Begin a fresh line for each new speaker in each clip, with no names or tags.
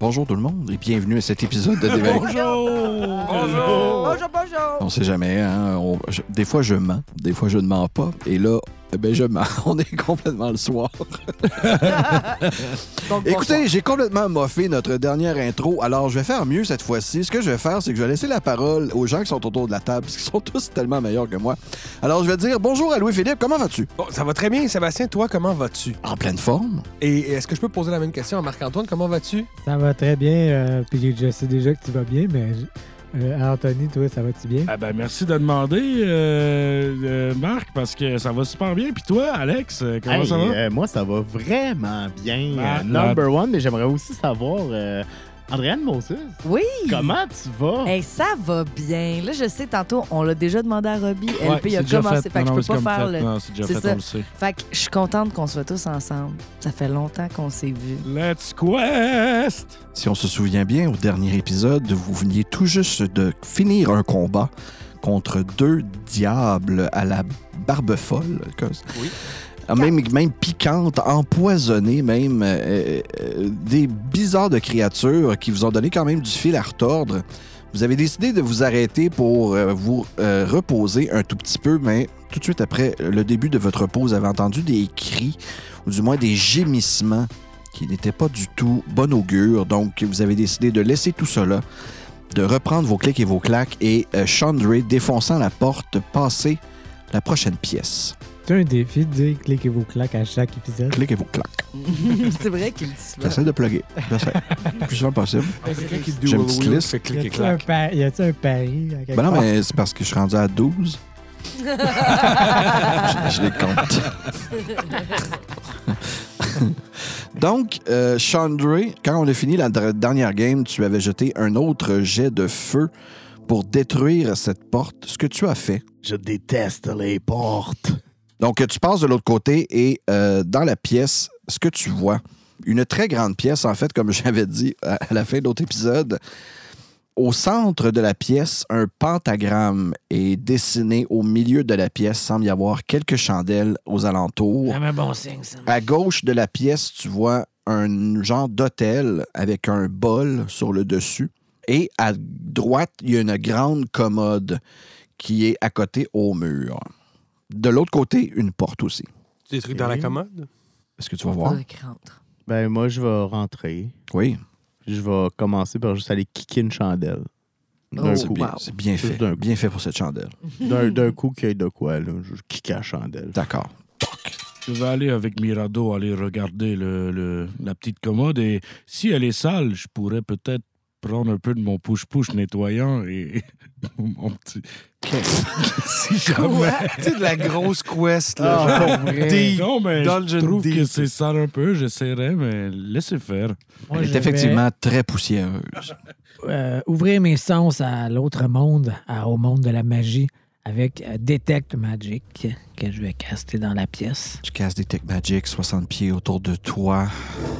Bonjour tout le monde et bienvenue à cet épisode de Débat.
Bonjour!
Bonjour, bonjour.
On sait jamais, hein? on- je- des fois je mens, des fois je ne mens pas. Et là, ben je mens. On est complètement le soir.
Donc,
Écoutez, j'ai complètement moffé notre dernière intro, alors je vais faire mieux cette fois-ci. Ce que je vais faire, c'est que je vais laisser la parole aux gens qui sont autour de la table, parce qu'ils sont tous tellement meilleurs que moi. Alors je vais dire bonjour à Louis-Philippe, comment vas-tu?
Bon, ça va très bien, Sébastien. Toi, comment vas-tu?
En pleine forme.
Et et est-ce que je peux poser la même question à Marc-Antoine? Comment vas-tu?
Ça va très bien. euh, puis je sais déjà que tu vas bien, mais je- euh, Anthony, toi, ça va-tu bien?
Ah ben merci de demander, euh, euh, Marc, parce que ça va super bien. Puis toi, Alex, euh, comment
Hey,
ça va?
euh, moi, ça va vraiment bien.
Ah,
Euh, number one, mais j'aimerais aussi savoir, euh, Andréane Moses,
Oui.
comment tu vas?
Hey, ça va bien. Là, je sais, tantôt, on l'a déjà demandé à Robbie.
Ouais,
LP il a
c'est déjà
commencé.
fait.
Fait, que
Non,
je
non, c'est
peux
comme
pas faire
fait.
le.
Non, c'est déjà
C'est
fait,
ça.
on le sait.
Fait que je suis contente qu'on soit tous ensemble. Ça fait longtemps qu'on s'est vus.
Let's Quest!
Si on se souvient bien, au dernier épisode, vous veniez tout juste de finir un combat contre deux diables à la barbe folle. que-
Oui.
Ah, Même, même piquante, empoisonnée, même euh, euh, des bizarres de créatures qui vous ont donné quand même du fil à retordre. Vous avez décidé de vous arrêter pour euh, vous euh, reposer un tout petit peu, mais tout de suite après le début de votre pause, vous avez entendu des cris, ou du moins des gémissements qui n'étaient pas du tout bon augure. Donc, vous avez décidé de laisser tout cela, de reprendre vos clics et vos claques et euh, Chandray, défonçant la porte, passer la prochaine pièce.
Tu as un défi de dire cliquez vos claques à chaque épisode.
Clics et vos claques.
c'est vrai qu'il dit souvent.
J'essaie de plugger. J'essaie. Le plus souvent possible.
Quelqu'un qui
J'ai une petite
wheel,
liste.
fait
Y
clic et
a-t-il un,
clac.
pari- y a-t-il un pari? à quelque
Ben non,
part?
mais c'est parce que je suis rendu à 12. je, je les compte. Donc, euh, Chandray, quand on a fini la dr- dernière game, tu avais jeté un autre jet de feu pour détruire cette porte. Ce que tu as fait.
Je déteste les portes.
Donc, tu passes de l'autre côté et euh, dans la pièce, ce que tu vois, une très grande pièce, en fait, comme j'avais dit à à la fin de l'autre épisode, au centre de la pièce, un pentagramme est dessiné au milieu de la pièce. Semble y avoir quelques chandelles aux alentours. À gauche de la pièce, tu vois un genre d'autel avec un bol sur le dessus. Et à droite, il y a une grande commode qui est à côté au mur. De l'autre côté, une porte aussi.
Des trucs dans la commode?
Est-ce que tu vas voir?
Faudrait qu'il rentre.
Ben, moi, je vais rentrer.
Oui,
Je vais commencer par juste aller kicker une chandelle. D'un
Oh,
c'est
coup.
bien, c'est bien
Juste
fait.
d'un coup.
Bien fait pour cette chandelle.
D'un d'un coup, qu'il y ait de quoi, là. Je kick la chandelle.
D'accord. Toc.
Je vais aller avec Mirado aller regarder le, le- la petite commode et si elle est sale, je pourrais peut-être prendre un peu de mon push-push nettoyant et mon petit... si jamais...
Tu sais, de la grosse quest, là. genre.
Ah, pour vrai.
Des-
Non, mais je
Dungeon
trouve
Deep.
que c'est sale un peu, j'essaierai, mais laissez faire.
Moi,
Elle
je
est
vais,
effectivement très poussiéreuse.
euh, ouvrir mes sens à l'autre monde, à- au monde de la magie, avec euh, Detect Magic que je vais caster dans la pièce.
Tu casses des tech magic 60 pieds autour de toi.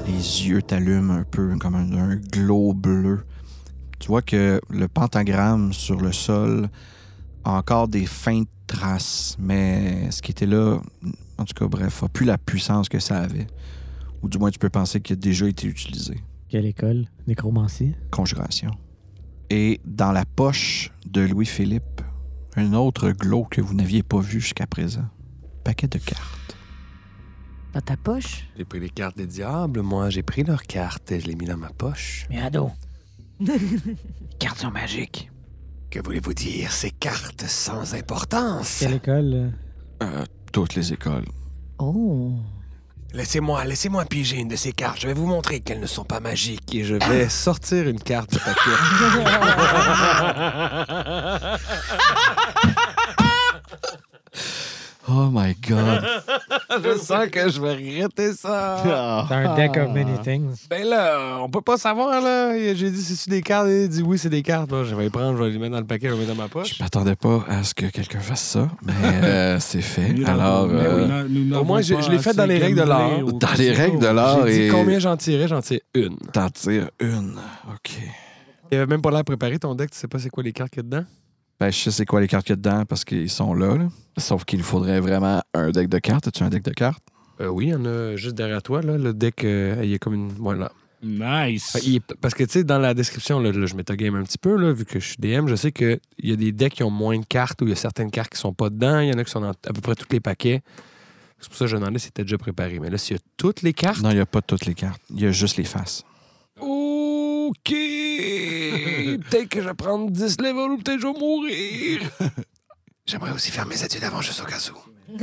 Les yeux t'allument un peu comme un, un glow bleu. Tu vois que le pentagramme sur le sol a encore des feintes traces, mais ce qui était là, en tout cas, bref, a plus la puissance que ça avait. Ou du moins, tu peux penser qu'il a déjà été utilisé.
Quelle école? Nécromancie?
conjuration. Et dans la poche de Louis-Philippe, un autre glow que vous n'aviez pas vu jusqu'à présent. Paquet de cartes.
Dans ta poche?
J'ai pris les cartes des diables, moi. J'ai pris leurs cartes et je les mis dans ma poche.
Mais ado! Les cartes sont magiques.
Que voulez-vous dire? Ces cartes sans importance.
Quelle école? euh?
Toutes les écoles.
Oh.
Laissez-moi, laissez-moi piger une de ces cartes. Je vais vous montrer qu'elles ne sont pas magiques. Et je vais sortir une carte du paquet.
Oh my God.
je sens que je vais regretter ça.
Ah.
C'est un deck of many things.
Ben là, on peut pas savoir, là. J'ai dit, c'est-tu des cartes? Il a dit, oui, c'est des cartes. Là, je vais les prendre, je vais les mettre dans le paquet, je vais les mettre dans ma poche.
Je m'attendais pas à ce que quelqu'un fasse ça, mais euh, c'est fait.
Mirado,
Alors,
mais
euh,
oui, na- nous n'avons
moins, je-
pas
je l'ai fait dans
assez
les règles de l'art.
gamblé au
dans les
casino.
règles de l'art,
J'ai dit
et
combien j'en tirais, j'en tire une.
t'en tires une. OK.
Il avait même pas l'air préparé ton deck, tu sais pas c'est quoi les cartes qu'il y a dedans?
Ben, je sais c'est quoi les cartes qu'il y a dedans parce qu'ils sont là, là. Sauf qu'il faudrait vraiment un deck de cartes. As-tu un deck de cartes?
Euh, oui, il y en a juste derrière toi, là, le deck, euh, il y a comme une. Voilà.
Nice.
Ah,
Fait, il est- Parce que, tu sais, dans la description, là, là, je game un petit peu, là, vu que je suis DM, je sais qu'il y a des decks qui ont moins de cartes ou il y a certaines cartes qui sont pas dedans. Il y en a qui sont dans à peu près tous les paquets. C'est pour ça que je demandais si c'était déjà préparé. Mais là, s'il y a toutes les cartes.
Non, il n'y a pas toutes les cartes. Il y a juste les faces.
OK! peut-être que je vais prendre 10 levels ou peut-être je vais mourir. J'aimerais aussi faire mes études avant, juste au cas où.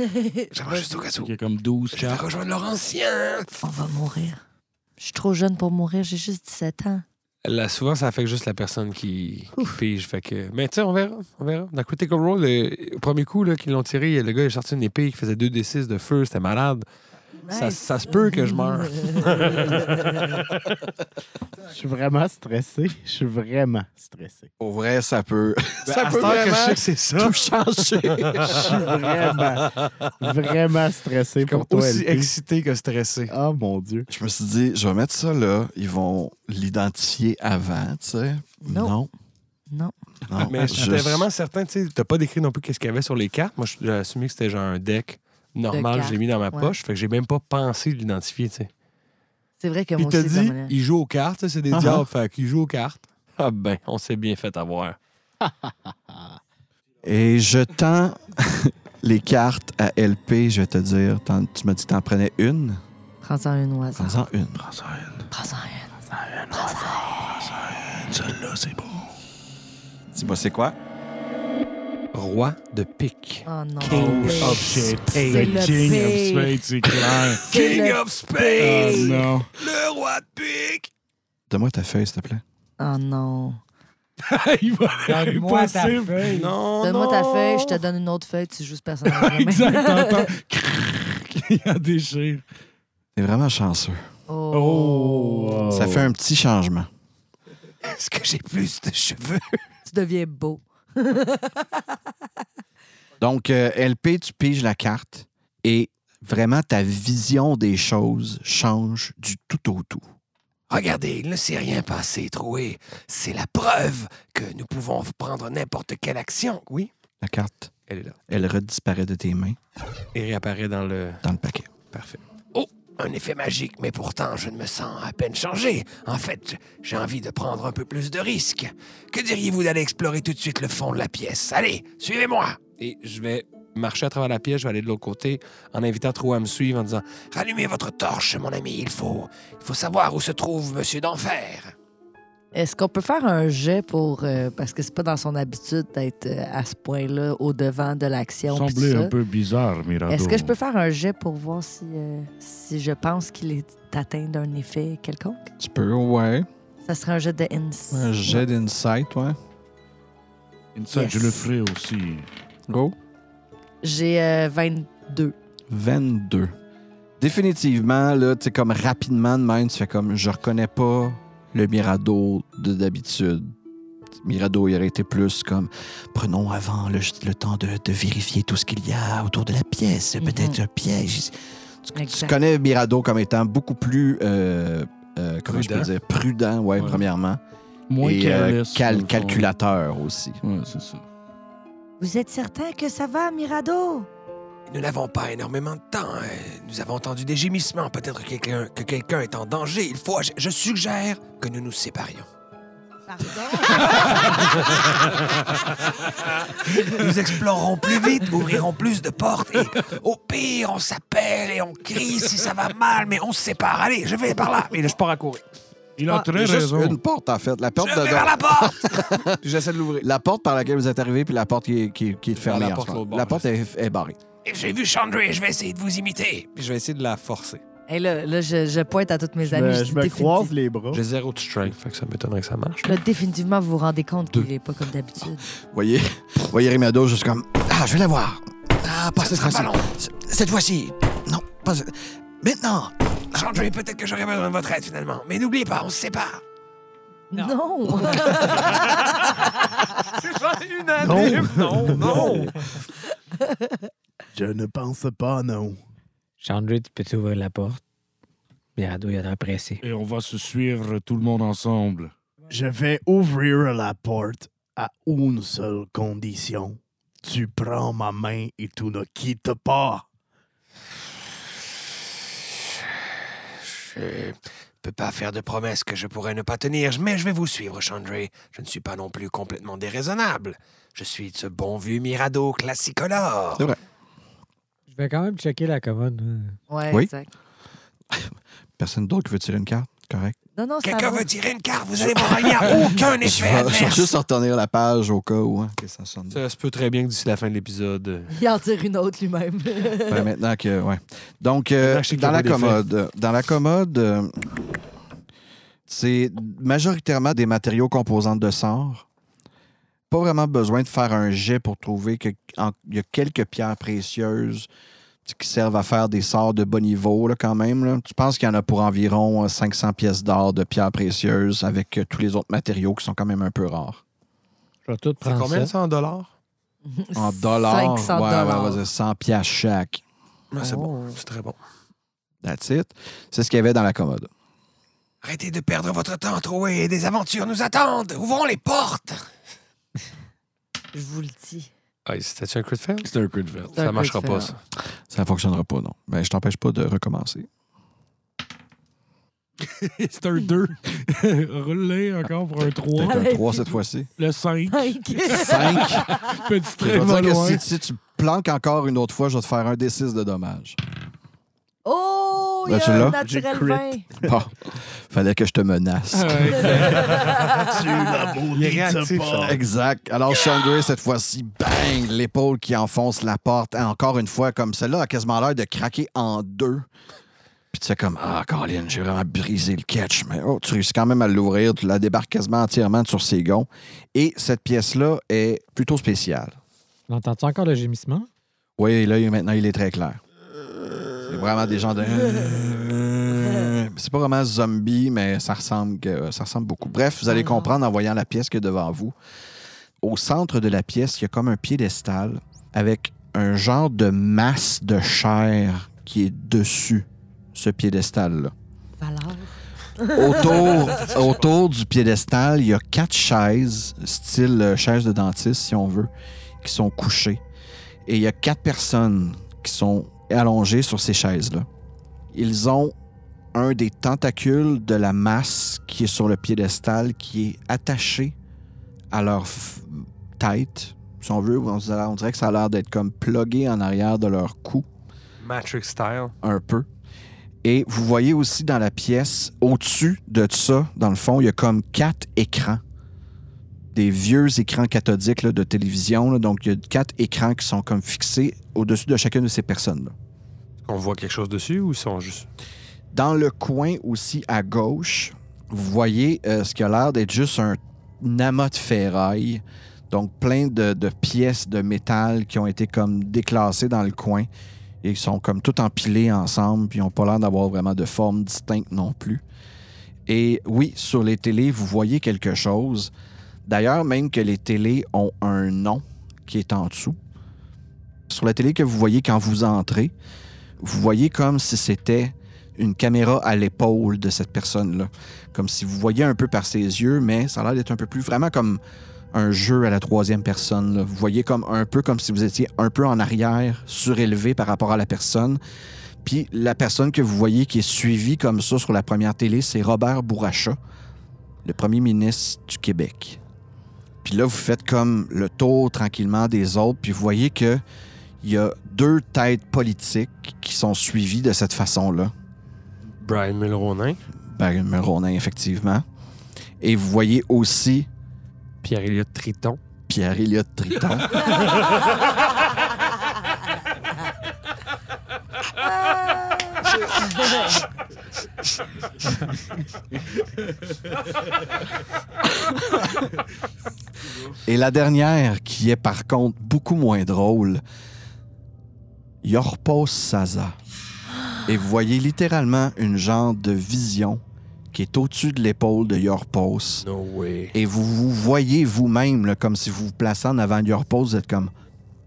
J'aimerais juste au cas où.
Il y a comme 12
Je vais
cartes.
rejoindre Laurentien.
On va mourir. Je suis trop jeune pour mourir, j'ai juste 17 ans.
Là, souvent, ça affecte juste la personne qui, qui pige. Fait que... Mais tu sais, on verra. On verra. Dans Critical Role, le- au premier coup là, qu'ils l'ont tiré, le gars il a sorti une épée qui faisait 2d6 de feu. C'était malade. Ça, ça se peut que je meure.
Ah, Je suis vraiment stressé. Je suis vraiment stressé.
Au vrai, ça peut. ça
À
peut
cette heure que je sais
vraiment
que c'est ça.
tout changer.
Je suis vraiment, vraiment stressé
Comme
pour toi,
aussi
LP.
excité que stressé.
Oh mon Dieu.
Je me suis dit, je vais mettre ça là. Ils vont l'identifier avant, tu sais.
Non.
Non.
Non.
Non,
Mais j'étais
juste-
vraiment certain, tu sais, t'as pas décrit non plus qu'est-ce qu'il y avait sur les cartes. Moi, j'ai assumé que c'était genre un deck
De
normal que
cartes,
j'ai mis dans ma
ouais.
poche. Fait que j'ai même pas pensé l'identifier, tu sais.
C'est vrai que
Il
moi
te
aussi, ça
dit,
me-
il joue aux cartes, tu sais, c'est des
Ah ah.
diables, fait qu'il joue aux cartes. Ah ben, on s'est bien fait avoir.
Et je tends les cartes à LP, je vais te dire. T'en- Tu m'as dit que t'en prenais une.
Prends-en une au hasard.
Prends-en une.
Prends-en une.
Celle-là, c'est bon.
Dis-moi, c'est quoi?
Roi de pique.
Oh non.
King
c'est
of
pire.
Spades.
C'est le
King of
pire.
Spades, c'est clair.
C'est le-
of
oh
Spades!
non.
Le roi de pique!
Donne-moi ta feuille, s'il te plaît.
Oh non.
Il va
Donne-moi ta
impossible.
feuille.
Non,
Donne-moi ta
Oh non.
feuille, je te donne une autre feuille, tu joues ce personnage.
Exact, t'entends. crrrr, Il en déchire.
T'es vraiment chanceux.
Oh.
Ça fait un petit changement.
Est-ce que j'ai plus de cheveux?
Tu deviens beau.
Donc, euh, LP, tu piges la carte et vraiment ta vision des choses change du tout au tout.
Regardez, il ne s'est rien passé, Troué. C'est la preuve que nous pouvons prendre n'importe quelle action. Oui,
La carte,
elle est là.
elle redisparaît de tes mains
Et réapparaît dans le...
dans le paquet.
Parfait. Oh, un effet magique, mais pourtant je ne me sens à peine changé. En fait, j'ai envie de prendre un peu plus de risques. Que diriez-vous d'aller explorer tout de suite le fond de la pièce Allez, suivez-moi Et je vais marcher à travers la pièce, je vais aller de l'autre côté en invitant Trou à me suivre en disant Rallumez votre torche, mon ami, il faut, il faut savoir où se trouve Monsieur d'Enfer.
Est-ce qu'on peut faire un jet pour. euh, parce que c'est pas dans son habitude d'être euh, à ce point-là au-devant de l'action. puis
semblait
tout
un
ça.
peu bizarre, Mirado.
Est-ce que je peux faire un jet pour voir si, euh, si je pense qu'il est atteint d'un effet quelconque?
Tu peux, ouais.
Ça serait un jet de ins.
Un jet d'insight, ouais.
Inside,
Yes.
je le ferai aussi.
Go.
J'ai euh, 22.
22. Définitivement, là, tu sais, comme rapidement de même, tu fais comme je reconnais pas le Mirado de d'habitude. Mirado, il aurait été plus comme prenons avant le, le temps de, de vérifier tout ce qu'il y a autour de la pièce, peut-être un piège. Tu, tu
Exact.
connais Mirado comme étant beaucoup plus, euh, euh, comment je peux
Prudent.
dire, prudent, ouais,
Ouais.
premièrement.
Moins
et euh,
careless,
cal-
dans le fond.
calculateur aussi.
Ouais, c'est ça.
Vous êtes certain que ça va, Mirado?
Nous n'avons pas énormément de temps. euh, Nous avons entendu des gémissements. Peut-être quelqu'un- que quelqu'un est en danger. Il faut. ag- Je suggère que nous nous séparions.
Pardon?
Nous explorerons plus vite, ouvrirons plus de portes et au pire, on s'appelle et on crie si ça va mal, mais on se sépare. Allez, je vais par là. Et là, je pars à courir.
Il a
Ah,
très
Juste
raison.
une porte, en fait. La porte,
je
de-
vais vers la porte. J'essaie de l'ouvrir.
la porte par laquelle vous êtes arrivé, puis la porte qui est, qui est- qui est fermée.
la
en ce
porte,
moment.
l'autre
la
bord,
porte est, est barrée.
Et J'ai vu Chandray, je vais essayer de vous imiter. Puis je vais essayer de la forcer.
Et là, là, je, je pointe à toutes mes
Je
amies.
me,
dis
je me
définitive-
croise les bras.
J'ai zéro de strength, fait que ça m'étonnerait que ça marche.
Là, définitivement, vous vous rendez compte
Deux.
qu'il est pas comme d'habitude.
voyez, voyez Rimado juste comme Ah, je vais la voir. Ah, pas
Ça
cette
sera
fois-ci.
pas
C- Cette fois-ci. Non, pas ce- Maintenant.
Chandray, peut-être que j'aurais besoin de votre aide finalement. Mais n'oubliez pas, on se sépare.
Non!
Non,
Non, non.
je ne pense pas, non.
Chandray, tu peux-tu ouvrir la porte? Mirado, il a l'air pressé.
Et on va se suivre tout le monde ensemble.
Je vais ouvrir la porte à une seule condition. Tu prends ma main et tu ne quittes pas.
Je peux pas faire de promesses que je pourrais ne pas tenir, mais je vais vous suivre, Chandray. Je ne suis pas non plus complètement déraisonnable. Je suis de ce bon vieux Mirado classicolore.
C'est vrai.
Je vais quand même checker la commode. hein.
Ouais,
Oui.
exact.
Personne d'autre qui veut tirer une carte? Correct.
Non, non, ça
Quelqu'un
va.
veut tirer une carte, vous allez voir, il n'y a aucun
Je vais,
effet
je vais
adverse.
juste retenir la page au cas où. hein. Ok, ça sonne.
Ça se peut très bien que d'ici la fin de l'épisode.
Il en tire une autre lui-même.
Ouais, maintenant que, ouais. Donc, euh,
Maintenant, je sais que
dans, la
le mot d'effet.
commode, dans la commode, euh, c'est majoritairement des matériaux composants de sort. Pas vraiment besoin de faire un jet pour trouver qu'il y a quelques pierres précieuses tu sais, qui servent à faire des sorts de bon niveau là, quand même. là. Tu penses qu'il y en a pour environ euh, 500 pièces d'or de pierres précieuses avec euh, tous les autres matériaux qui sont quand même un peu rares.
Je vais tout prendre ça.
en dollars?
En dollars,
500
ouais, ouais,
dollars.
ouais, c'est 100 pièces chaque.
c'est bon,
Oh.
c'est très bon.
That's it. C'est ce qu'il y avait dans la commode.
Arrêtez de perdre votre temps, Troué, des aventures nous attendent. Ouvrons les portes.
Je vous le dis.
C'était-tu un coup de fer?
C'est un coup de verte.
Ça marchera pas, ça.
Ça ne fonctionnera pas, non. Mais je t'empêche pas de recommencer.
C'est un 2. Roulez encore pour un 3.
Peut-être
Allez,
un 3
puis-
cette fois-ci.
Le 5.
Cinq.
Petit
je
trait
vais
pas
dire que
loin.
si, si tu planques encore une autre fois, je vais te faire un D6 de dommage.
Oh, il y
Ben,
a
celui-là,
un
j'ai
naturel
crit.
20.
Bon, fallait que je te menace.
Tu la beauté de ce port.
Exact. Alors, Shandray, cette fois-ci, bang, l'épaule qui enfonce la porte. Encore une fois, comme celle-là, a quasiment l'air de craquer en deux. Puis tu sais, comme, ah, Colin, j'ai vraiment brisé le catch. Mais oh, tu réussis quand même à l'ouvrir. Tu la débarques quasiment entièrement sur ses gonds. Et cette pièce-là est plutôt spéciale.
On entend-tu encore le gémissement?
Oui, là, il- maintenant, il est très clair. C'est vraiment des gens de. C'est pas vraiment zombie, mais ça ressemble, que- ça ressemble beaucoup. Bref, vous allez comprendre en voyant la pièce qui est devant vous. Au centre de la pièce, il y a comme un piédestal avec un genre de masse de chair qui est dessus ce piédestal-là.
Valeur.
Autour, autour du piédestal, il y a quatre chaises, style euh, chaise de dentiste, si on veut, qui sont couchées. Et il y a quatre personnes qui sont allongées sur ces chaises-là. Ils ont un des tentacules de la masse qui est sur le piédestal, qui est attaché à leur f- tête, si on veut. On dirait on dirait que ça a l'air d'être comme plugué en arrière de leur cou
Matrix style.
un peu. Et vous voyez aussi dans la pièce, au-dessus de ça, dans le fond, il y a comme quatre écrans. Des vieux écrans cathodiques là, de télévision. là. Donc, il y a quatre écrans qui sont comme fixés au-dessus de chacune de ces personnes-là.
On voit quelque chose dessus ou ils sont juste.
Dans le coin aussi à gauche, vous voyez euh, ce qui a l'air d'être juste un, amas de ferraille. Donc plein de, de pièces de métal qui ont été comme déclassées dans le coin et qui sont comme tout empilées ensemble puis ils n'ont pas l'air d'avoir vraiment de forme distincte non plus. Et oui, sur les télés, vous voyez quelque chose. D'ailleurs, même que les télés ont un nom qui est en dessous. Sur la télé que vous voyez quand vous entrez, vous voyez comme si c'était une caméra à l'épaule de cette personne-là. Comme si vous voyez un peu par ses yeux, mais ça a l'air d'être un peu plus vraiment comme un jeu à la troisième personne. là. Vous voyez comme un peu comme si vous étiez un peu en arrière, surélevé par rapport à la personne. Puis la personne que vous voyez qui est suivie comme ça sur la première télé, c'est Robert Bourassa, le premier ministre du Québec. Puis là, vous faites comme le tour tranquillement des autres, puis vous voyez que il y a deux têtes politiques qui sont suivies de cette façon-là.
Brian Mulronin,
Barry Mulroney, effectivement. Et vous voyez aussi
pierre Elliott Triton.
Pierre Elliott Triton. Et la dernière, qui est par contre beaucoup moins drôle, Yorpos Saza. Et vous voyez littéralement une genre de vision qui est au-dessus de l'épaule de Yorpos
No way.
et vous vous voyez vous-même, là, comme si vous vous placez en avant de leur pause, vous êtes comme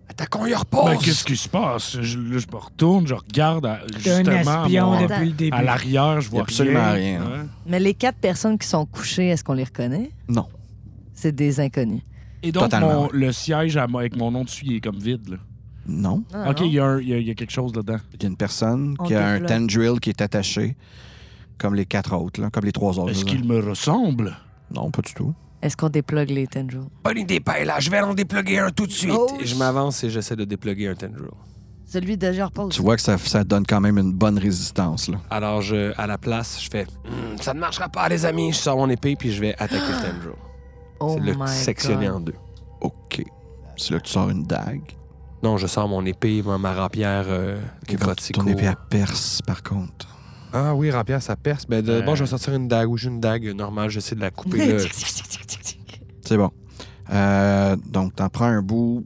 Attaquons leur
Mais
pause.
ben, qu'est-ce qui se passe? Je, là, je me retourne, je regarde à-
un
justement à,
espion
mon-
de-
depuis le début.
à l'arrière, je
Y
vois
a absolument rien, hein.
Ouais.
Mais les quatre personnes qui sont couchées, est-ce qu'on les reconnaît?
non.
C'est des inconnus.
Et donc,
Totalement,
mon-
ouais.
le siège à- avec mon nom dessus, il est comme vide. là.
Non.
Ah Non,
OK,
non.
il y, a un- il y a- il y a quelque chose dedans.
Il y a une personne
On
qui a un
développe.
tendril qui est attaché, comme les quatre autres, là, comme les trois autres.
Est-ce
là.
qu'il me ressemble?
Non, pas du tout.
Est-ce qu'on déplogue les tendrils?
Bonne idée, Paella. Je vais en dépluguer un tout de suite.
Oh.
Et je m'avance et j'essaie de dépluguer un tendril.
Celui de Jean Paul.
Tu vois que ça, ça donne quand même une bonne résistance. Là.
Ah.
Alors, je, à la place, je fais Hmm, Ça ne marchera pas, les amis. Je sors mon épée puis je vais attaquer le tendril.
Oh
C'est
my
le sectionner en
God.
deux.
OK. C'est là que tu sors une dague.
Non, je sors mon épée, ma, ma rapière euh,
Qui
qui
va ton épée à perce, par contre.
Ah oui, rapière, ça perce. Ben, de-
Euh.
Bon, je vais sortir une dague ou j'ai une dague normale. J'essaie de la couper. là.
Tic, tic, tic, tic, tic.
C'est bon. Euh, donc, t'en prends un bout,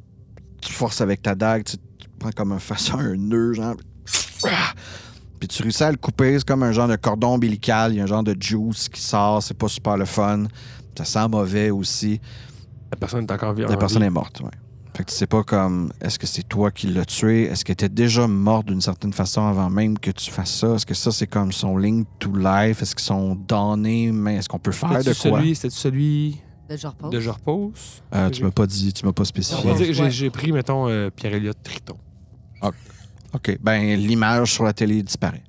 tu forces avec ta dague, tu, tu prends comme un façon un nœud, genre. Ah! Puis tu réussis à le couper, c'est comme un genre de cordon ombilical, il y a un genre de juice qui sort, c'est pas super le fun. Ça sent mauvais aussi.
La personne est encore vivante.
La personne est morte, ouais. Fait que tu sais pas comme, est-ce que c'est toi qui l'as tué? Est-ce qu'elle était déjà morte d'une certaine façon avant même que tu fasses ça? Est-ce que ça, c'est comme son link to life? Est-ce qu'ils sont donnés? Mais est-ce qu'on peut faire de quoi?
celui, C'était celui
De Jean Paul.
de Je repose
Euh, tu m'as pas dit, tu m'as pas spécifié.
On va
Ouais.
dire que j'ai- j'ai pris, mettons, euh, Pierre-Éliott Triton.
OK. Ben, l'image sur la télé disparaît.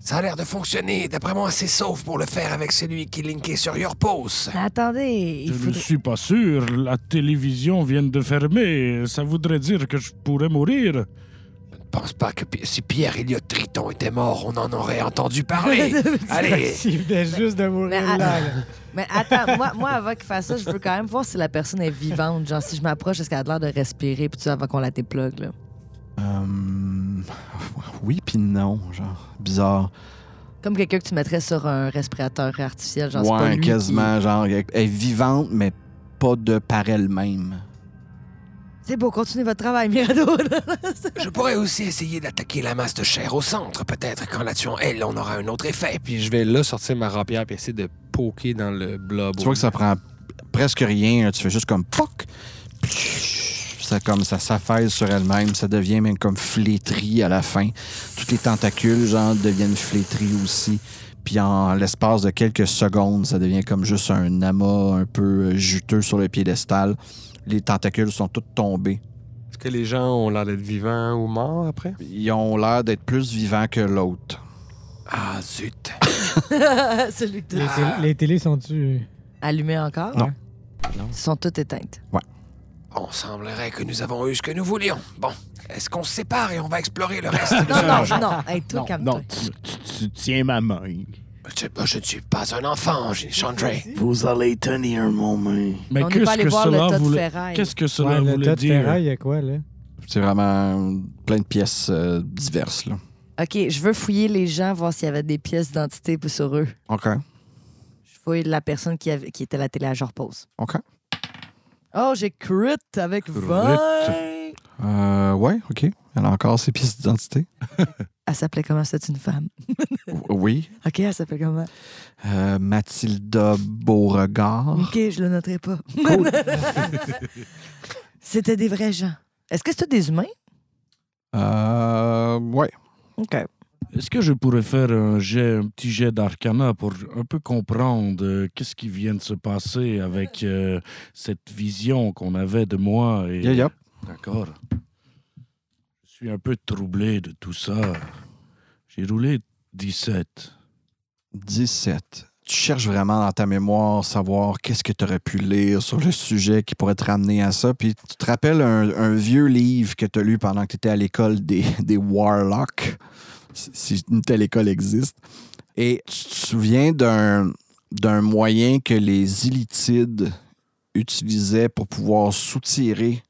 Ça a l'air de fonctionner. D'après moi, c'est sauf pour le faire avec celui qui est linké sur Your Pulse.
Mais Attendez,
Je
il
ne
faudrait-
suis pas sûr. La télévision vient de fermer. Ça voudrait dire que je pourrais mourir.
Je ne pense pas que Pi- si Pierre-Éliott Triton était mort, on en aurait entendu parler. Allez,
S'il venait juste de mourir
Mais à-
là, là.
Mais attends, moi, moi avant qu'il fasse ça, je veux quand même voir si la personne est vivante. Genre, si je m'approche, est-ce qu'elle a l'air de respirer, puis tu sais, avant qu'on la déplugue, là.
Euh, oui puis non, genre. Bizarre.
Comme quelqu'un que tu mettrais sur un respirateur artificiel, genre, c'est pas
ouais,
lui qui-
quasiment, genre. Elle est vivante, mais pas de par elle-même.
C'est beau, continuez votre travail, Mirado.
je pourrais aussi essayer d'attaquer la masse de chair au centre. Peut-être qu'en la tuant, elle, on aura un autre effet. Puis je vais là sortir ma rapière et essayer de poker dans le blob.
Tu vois que ça prend presque rien. hein. Tu fais juste comme poc. Ça, comme ça s'affaisse sur elle-même, ça devient même comme flétri à la fin. Toutes les tentacules, genre, deviennent flétris aussi. Puis en l'espace de quelques secondes, ça devient comme juste un amas un peu euh, juteux sur le piédestal. Les tentacules sont toutes tombées.
Est-ce que les gens ont l'air d'être vivants ou morts après?
Ils ont l'air d'être plus vivants que l'autre.
Ah, zut.
Celui de...
Les, tél- les télés sont-tu.
Allumé encore?
Non.
Non.
Ils sont toutes éteintes.
On semblerait que nous avons eu ce que nous voulions. Bon, est-ce qu'on se sépare et on va explorer le reste?
Non, non, non. Hey, toi,
Non,
calme-toi.
non, tu, tu- tu tiens ma main.
je,
oh,
je ne suis pas un enfant, j'ai- Chandray.
Vous allez tenir mon main.
Mais
On n'est pas allé voir le tas de
voulait...
ferraille.
Qu'est-ce que
Ouais,
cela
le
voulait
tas de ferraille,
dire?
il y a quoi, là?
C'est vraiment plein de pièces euh, diverses. Là.
OK, je veux fouiller les gens, voir s'il y avait des pièces d'identité sur eux.
OK.
Je fouille la personne qui, avait- qui était à la télé à genre pause.
OK.
Oh, j'ai crit avec 20!
Euh, ouais, OK. Elle a encore ses pièces d'identité.
Elle s'appelait comment? C'est une femme.
Oui.
OK, elle s'appelait comment?
Euh, Mathilda Beauregard.
OK, je le noterai pas. C'était des vrais gens. Est-ce que c'était des humains?
Euh, ouais.
OK.
Est-ce que je pourrais faire un, jet, un petit jet d'arcana pour un peu comprendre euh, qu'est-ce qui vient de se passer avec euh, cette vision qu'on avait de moi? Et...
Yeah, yeah.
D'accord. Je suis un peu troublé de tout ça. J'ai roulé 17.
17. Tu cherches vraiment dans ta mémoire savoir qu'est-ce que tu aurais pu lire sur le sujet qui pourrait te ramener à ça. Puis tu te rappelles un, un vieux livre que tu as lu pendant que tu étais à l'école des, des Warlocks, si- si une telle école existe. Et tu te souviens d'un, d'un moyen que les illitides utilisaient pour pouvoir soutirer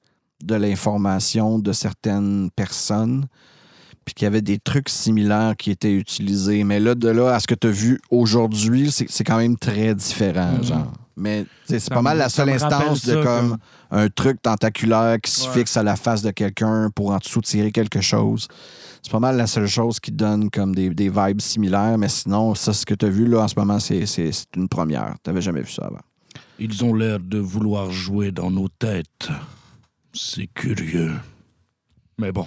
de l'information de certaines personnes puis qu'il y avait des trucs similaires qui étaient utilisés. Mais là, de là à ce que tu as vu aujourd'hui, c'est c'est quand même très différent,
Mhm.
genre. Mais tu sais, c'est
Ça
pas mal
me-
la
ça
seule
me rappelle
instance de
ça
comme,
comme-
un truc tentaculaire qui se
Ouais.
fixe à la face de quelqu'un pour en soutirer quelque chose. C'est pas mal la seule chose qui donne comme des, des vibes similaires, mais sinon, ça, ce que tu as vu là en ce moment, c'est- c'est c'est une première. T'avais jamais vu ça avant.
Ils ont l'air de vouloir jouer dans nos têtes. C'est curieux. Mais bon,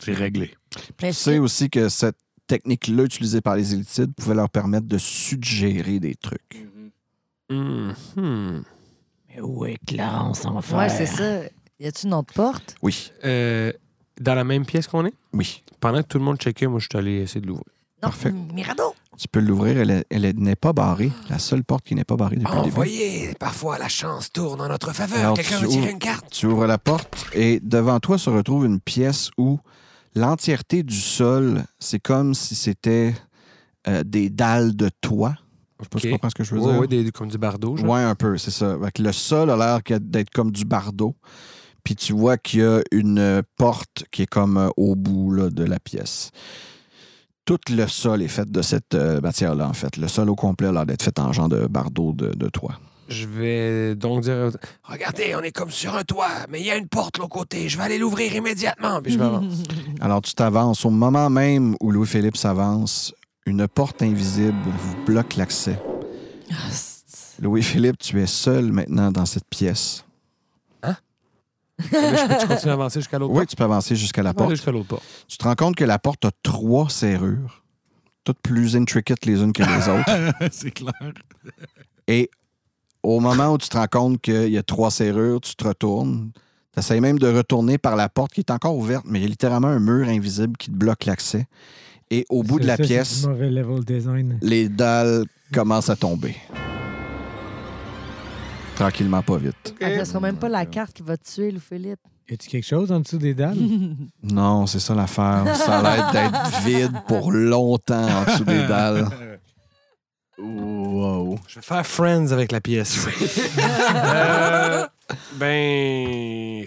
c'est réglé.
Mais
Tu sais aussi que cette technique-là utilisée par les élitides pouvait leur permettre de suggérer des trucs.
Hmm,
Mais où est Clarence, enfin?
Ouais, c'est ça. Y a-tu une autre porte?
Oui,
Euh,
dans la même pièce qu'on est?
oui.
Pendant que tout le monde checkait, moi, je suis allé essayer de l'ouvrir.
Non,
Parfait.
Mirado!
Tu peux l'ouvrir, elle, est- elle est- n'est pas barrée. La seule porte qui n'est pas barrée depuis
Ah,
le début.
Envoyez, parfois la chance tourne en notre faveur.
Alors,
Quelqu'un
tu
veut tirer
ouvres-
une carte
Tu ouvres la porte et devant toi se retrouve une pièce où l'entièreté du sol, c'est comme si c'était euh, des dalles de toit. Je sais pas si
Ok.
tu comprends ce que je veux
Ouais,
dire.
ouais, des- comme du bardeau. genre.
Ouais, un peu, c'est ça. Fait que le sol a l'air que- d'être comme du bardeau. Puis tu vois qu'il y a une euh, porte qui est comme euh, au bout là, de la pièce. Tout le sol est fait de cette euh, matière-là, en fait. Le sol au complet a l'air d'être fait en genre de bardeau de, de toit.
Je vais donc dire.
Regardez, on est comme sur un toit, mais il y a une porte de l'autre côté. Je vais aller l'ouvrir immédiatement, puis je
Mhm.
m'avance.
Alors tu t'avances. Au moment même où Louis-Philippe s'avance, une porte invisible vous bloque l'accès.
Ah, c'est-
Louis-Philippe, tu es seul maintenant dans cette pièce.
Je peux continuer à avancer jusqu'à l'autre
Oui, tu peux avancer jusqu'à la
Ah,
porte. Je
ben,
vais aller
porte.
Jusqu'à l'autre porte.
Tu te rends compte que la porte a trois serrures, toutes plus intricates les unes que les autres.
C'est clair.
Et au moment où tu te rends compte qu'il y a trois serrures, tu te retournes. Tu essaies même de retourner par la porte qui est encore ouverte, mais il y a littéralement un mur invisible qui te bloque l'accès. Et au bout de
Ça,
la
ça, c'est
pièce,
du mauvais level design.
les dalles commencent à tomber. Tranquillement, pas vite.
Ah, Ce sera même pas la carte qui va te tuer, Lou Philippe.
Y a-tu quelque chose en dessous des dalles?
Non, c'est ça l'affaire. Ça a l'air d'être vide pour longtemps en dessous des dalles.
Wow.
Je vais faire Friends avec la pièce. Euh, ben.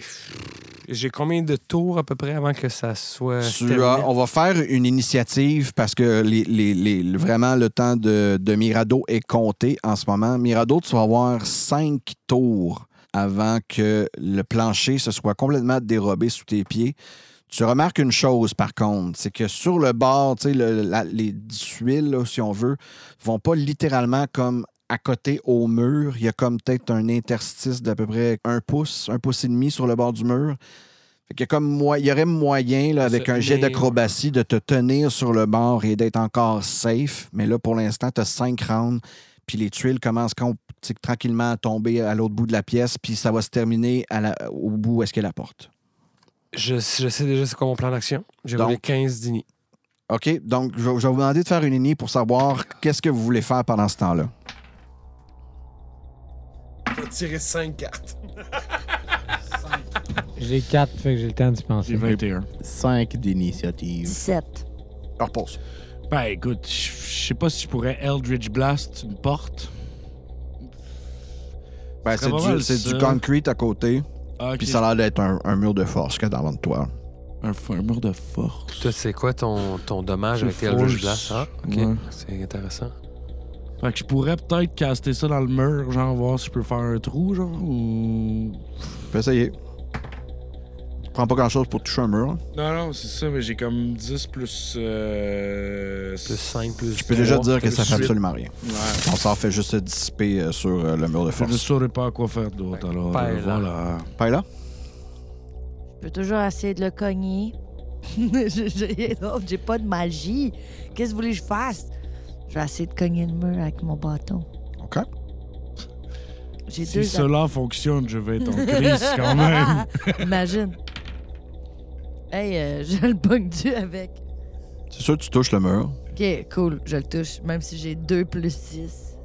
J'ai combien de tours à peu près avant que ça soit.
Tu
euh, terminé?
as- on va faire une initiative parce que les- les- les- le- vraiment le temps de, de Mirado est compté en ce moment. Mirado, tu vas avoir cinq tours avant que le plancher se soit complètement dérobé sous tes pieds. Tu remarques une chose, par contre, c'est que sur le bord, tu sais, le- la- les tuiles, là, si on veut, vont pas littéralement comme à côté au mur. Il y a comme peut-être un interstice d'à peu près un pouce, un pouce et demi sur le bord du mur. Fait qu'il y a comme moi, il y aurait moyen, là, avec
Ça,
un jet
mais-
d'acrobatie, de te tenir sur le bord et d'être encore safe. Mais là, pour l'instant, tu as cinq rounds, puis les tuiles commencent com- tu sais, tranquillement à tomber à l'autre bout de la pièce, puis ça va se terminer à la- au bout où est-ce qu'est la porte.
Je, je sais déjà c'est quoi mon plan d'action. J'ai
Donc-
roulé 15 dini.
OK, donc je, je vais vous demander de faire une lignée pour savoir qu'est-ce que vous voulez faire pendant ce temps-là.
Je vais tirer 5 cartes.
J'ai quatre, fait que j'ai le temps d'y
J'ai
penser.
21.
5 d'initiative.
17.
On repose.
Ben écoute, je je sais pas si je pourrais Eldritch Blast une porte.
Ben,
Ce
c'est
serait pas mal,
du, c'est
ça.
du concrete à côté,
Ah, ok.
puis ça a l'air d'être un, un mur de force qu'il y a devant toi.
Un, f- un mur de force.
Toi, c'est quoi ton, ton dommage
Je
avec tes Eldritch
force.
Blast? Ah, ok.
Ouais.
C'est intéressant.
Fait que je pourrais peut-être caster ça dans le mur, genre voir si je peux faire un trou, genre, ou...
Tu peux essayer. Tu prends pas grand-chose pour toucher un mur. hein.
Non, non, c'est ça, mais j'ai comme 10 plus... Euh...
Plus 5, plus
Je peux déjà te dire que
plus
ça fait
huit.
absolument rien.
Ouais.
Ton sort fait juste se dissiper euh, sur euh, le mur de
Je ne
force.
saurais pas quoi faire d'autre, alors
Paille,
euh,
Ben, là.
voilà.
Pas là?
Je peux toujours essayer de le cogner. j'ai j'ai rien d'autre, j'ai pas de magie. Qu'est-ce que vous voulez que je fasse? Je vais essayer de cogner le mur avec mon bâton.
OK.
J'ai
Si
deux
cela fonctionne, je vais être en crise quand même.
Imagine. Hey, euh, je le pogne du avec.
C'est sûr que tu touches le mur.
Ok, cool, je le touche, même si j'ai 2 plus 6.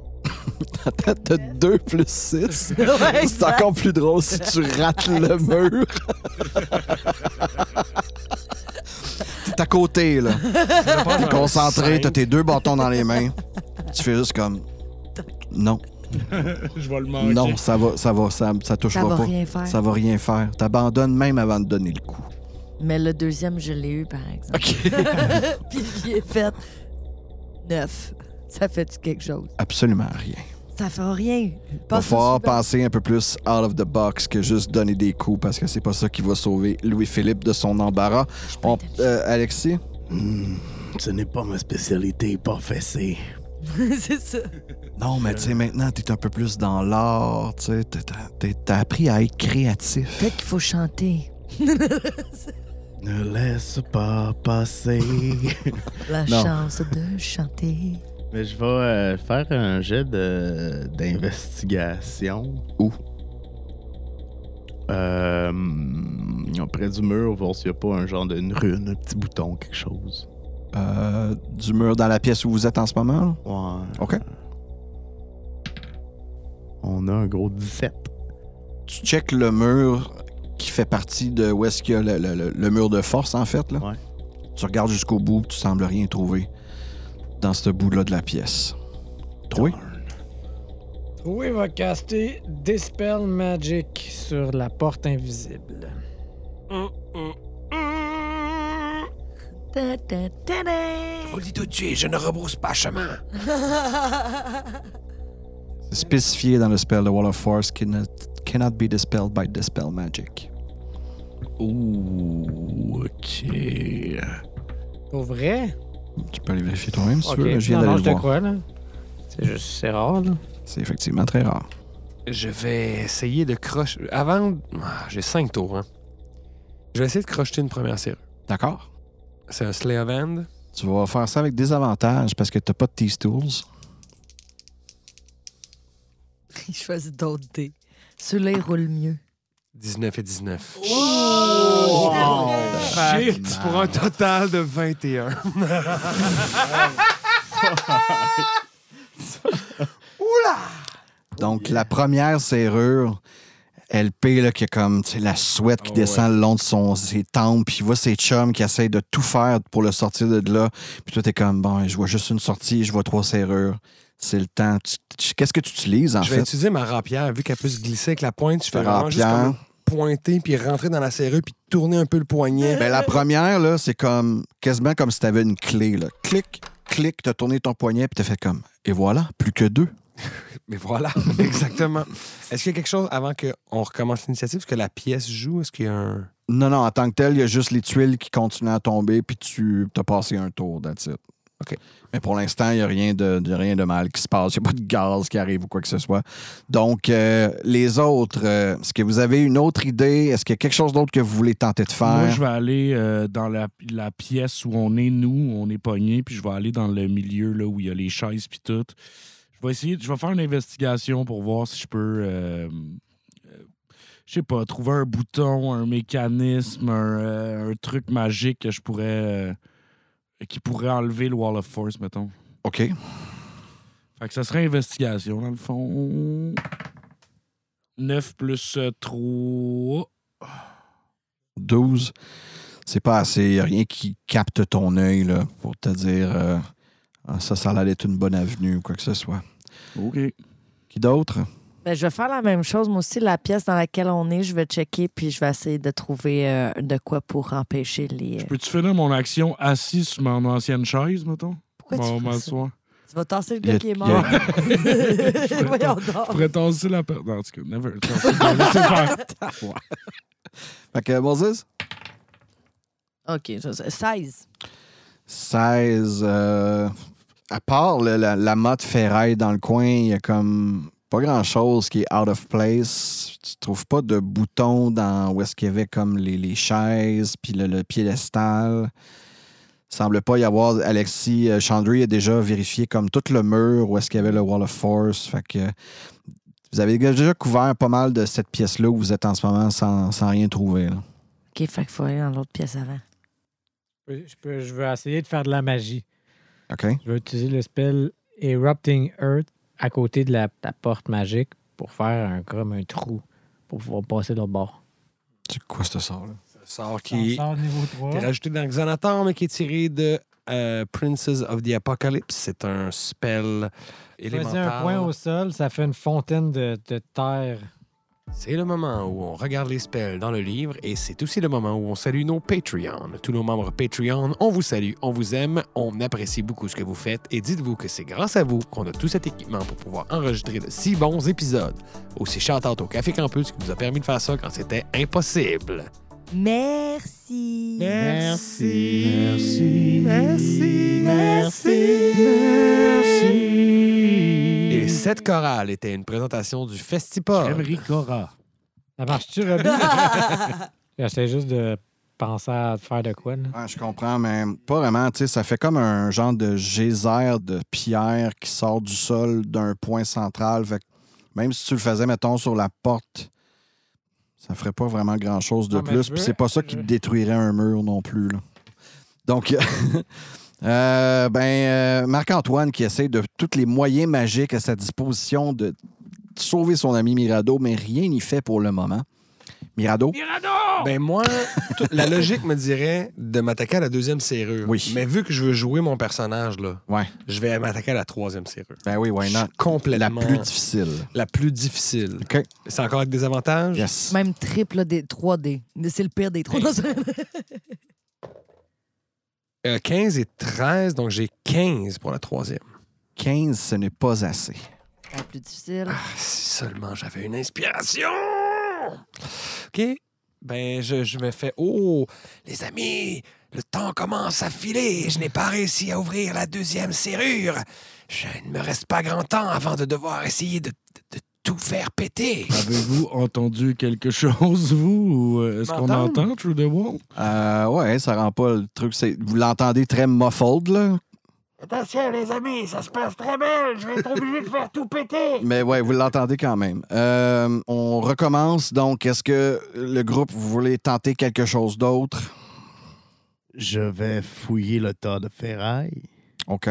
T'as 2 plus 6.
Ouais,
c'est encore plus drôle si tu rates le mur. T'es à côté, là. T'es concentré, t'as tes deux bâtons dans les mains. Tu fais juste comme. Non,
je vais le manquer.
non, ça va, ça va, ça, ça touchera
Ça va
pas.
rien faire.
Ça va rien faire. T'abandonnes même avant de donner le coup.
Mais le deuxième, je l'ai eu, par exemple.
OK.
Puis j'y ai fait 9. Ça fait-tu quelque chose?
Absolument rien.
Ça fait rien.
Va
Passe au
falloir
suivant.
penser un peu plus out of the box que juste donner des coups parce que c'est pas ça qui va sauver Louis-Philippe de son embarras. On- euh, Alexis?
Hmm, ce n'est pas ma spécialité, pas fessé.
C'est ça.
Non, mais tu sais, maintenant, t'es un peu plus dans l'art, tu sais, t'as- t'as- t'es- t'as appris à être créatif.
Peut-être qu'il faut chanter.
Ne laisse pas passer.
La
Non.
chance de chanter.
Mais je vais euh, faire un jet de- d'investigation.
Où?
Euh, hmm, près du mur, voir s'il n'y a pas un genre de une rune, un petit bouton, quelque chose.
euh, du mur dans la pièce où vous êtes en ce moment? là?
Ouais.
OK.
On a un gros 17.
Tu checkes le mur qui fait partie de où est-ce qu'il y a le, le- le- le mur de force, en fait. Là.
Ouais.
Tu regardes jusqu'au bout, puis tu sembles rien trouver dans ce bout-là de la pièce. Trouvé?
Oui, va caster Dispel Magic sur la porte invisible.
Ta, ta, ta, ta.
Vous le dites tout de suite, je ne rebrousse pas chemin.
C'est spécifié dans le spell de Wall of Force cannot, cannot be dispelled by dispel magic.
Ouh, OK.
Pour vrai?
Tu peux aller vérifier toi-même si
Ok.
tu veux. là. Je viens
Non, non,
d'aller
je te
le voir.
crois, là. C'est juste, c'est rare, là.
C'est effectivement très rare.
Je vais essayer de crocheter. Avant. Ah, J'ai cinq tours, hein. Je vais essayer de crocheter une première serrure.
D'accord.
C'est un Slay of Hand.
Tu vas faire ça avec des avantages parce que t'as pas de These Tools.
Je choisis d'autres dés. Celui-là, il roule mieux.
19 et 19.
Oh!
Shit! Pour un total de 21.
Donc, la première serrure, LP, là, qui a comme tu sais, la sweat
Oh,
qui descend le long de son, ses tempes, puis il voit ses chums qui essayent de tout faire pour le sortir de là. Puis toi, t'es comme, bon, je vois juste une sortie, je vois trois serrures. C'est le temps. Tu- tu- Qu'est-ce que tu utilises, en
je vais
fait? Ah,
utiliser ma rapière. Vu qu'elle peut se glisser avec la pointe, je
Ta
vais vraiment juste
rapière.
comme pointer, puis rentrer dans la serrure, puis tourner un peu le poignet.
Ben, la première, là, c'est comme quasiment comme si t'avais une clé. Là. Clic, clic, t'as tourné ton poignet, puis t'as fait comme, et voilà, plus que deux.
Mais voilà, exactement. Est-ce qu'il y a quelque chose avant qu'on Euh, recommence l'initiative? Est-ce que la pièce joue? Est-ce qu'il y a un.
Non, non, en tant que tel, il y a juste les tuiles qui continuent à tomber, puis tu as passé un tour, that's it.
OK.
Mais pour l'instant, il n'y a rien de, de- rien de mal qui se passe. Il n'y a pas de gaz qui arrive ou quoi que ce soit. Donc, euh, les autres, euh, est-ce que vous avez une autre idée? Est-ce qu'il y a quelque chose d'autre que vous voulez tenter de faire?
Moi, je vais aller euh, dans la, la pièce où on est, nous, on est pognés, puis je vais aller dans le milieu là, où il y a les chaises puis tout. Je vais essayer, je vais faire une investigation pour voir si je peux, euh, euh, je sais pas, trouver un bouton, un mécanisme, un, euh, un truc magique que je pourrais, euh, qui pourrait enlever le Wall of Force, mettons.
OK.
Fait que ça serait investigation, dans le fond. 9 plus euh, 3.
12. C'est pas assez. Il n'y a rien qui capte ton œil là, pour te dire euh, Ah, ça, ça allait être une bonne avenue ou quoi que ce soit.
OK.
Qui d'autre?
Ben, je vais faire la même chose. Moi aussi, la pièce dans laquelle on est, je vais checker puis je vais essayer de trouver euh, de quoi pour empêcher les. euh,
Je peux-tu finir mon action assis sur mon ancienne chaise, mettons?
Pourquoi
Bon,
tu fais ça?
m'asseoir.
Tu vas tasser
Il
le
y
gars
a-
qui est
il y a-
mort. Voyons
Je
donc.
pourrais tasser la perte. Non, en tout cas, never. Tasser la- laissez faire.
Fait que, Moses?
OK, ça, ça- 16.
16. euh, à part le- la, la motte ferraille dans le coin, il y a comme pas grand-chose qui est out of place. Tu trouves pas de boutons dans où est-ce qu'il y avait comme les, les chaises, puis le, le piédestal. Semble pas y avoir. Alexis euh, Chandry a déjà vérifié comme tout le mur où est-ce qu'il y avait le Wall of Force. Fait que vous avez déjà couvert pas mal de cette pièce-là où vous êtes en ce moment sans, sans rien trouver. là.
OK, fait qu'il faut aller dans l'autre pièce avant.
Je, peux- je veux essayer de faire de la magie.
OK?
Je vais utiliser le spell Erupting Earth à côté de la, la porte magique pour faire un, comme un trou pour pouvoir passer de l'autre bord.
C'est quoi ce sort-là?
Sort qui
On sort niveau
est
3.
rajouté dans Xanathar, mais qui est tiré de euh, Princes of the Apocalypse. C'est un spell
Choisis
élémental.
un point au sol, ça fait une fontaine de, de terre.
C'est le moment où on regarde les spells dans le livre et c'est aussi le moment où on salue nos Patreons. Tous nos membres Patreon, on vous salue, on vous aime, on apprécie beaucoup ce que vous faites et dites-vous que c'est grâce à vous qu'on a tout cet équipement pour pouvoir enregistrer de si bons épisodes. Aussi chantante au Café Campus qui nous a permis de faire ça quand c'était impossible.
Merci.
Merci. Merci. Merci.
Et cette chorale était une présentation du Festipod.
Emery Cora.
Ça marche-tu, Robbie? J'essaie juste de penser à faire de quoi, là.
Ouais, je comprends, mais pas vraiment. Tu sais, ça fait comme un genre de geyser de pierre qui sort du sol d'un point central. Fait que même si tu le faisais, mettons, sur la porte, ça ferait pas vraiment grand-chose de
Non, mais
plus.
je
Puis
veux-
c'est pas ça qui
je-
détruirait un mur non plus. là. Donc, Euh, ben, euh, Marc-Antoine qui essaie de tous les moyens magiques à sa disposition de sauver son ami Mirado, mais rien n'y fait pour le moment. Mirado?
Oh!
Ben moi, tout- la logique me dirait de m'attaquer à la deuxième serrure.
Oui.
Mais vu que je veux jouer mon personnage, là,
Ouais.
je vais m'attaquer à la troisième serrure.
Ben oui, why
Je
not?
suis complètement
La plus difficile.
la plus difficile.
OK.
C'est encore avec des avantages?
Yes.
Même triple des 3D. C'est le pire des 3D.
Euh, 15 et 13, donc j'ai 15 pour la troisième.
15, ce n'est pas assez.
La plus difficile.
Ah, si seulement j'avais une inspiration! OK. Ben, je, je me fais. Oh, les amis, le temps commence à filer. Je n'ai pas réussi à ouvrir la deuxième serrure. Je ne me reste pas grand temps avant de devoir essayer de, de- de tout faire péter.
Avez-vous entendu quelque chose, vous? Ou euh, est-ce qu'on
M'entendre?
entend Through the Wall?
Euh, ouais, ça rend pas le truc. c'est- Vous l'entendez très muffled, là?
Attention, les amis, ça se passe très mal. Je vais être obligé de faire tout péter.
Mais ouais, vous l'entendez quand même. Euh, on recommence donc. Est-ce que le groupe, vous voulez tenter quelque chose d'autre?
Je vais fouiller le tas de ferraille.
OK.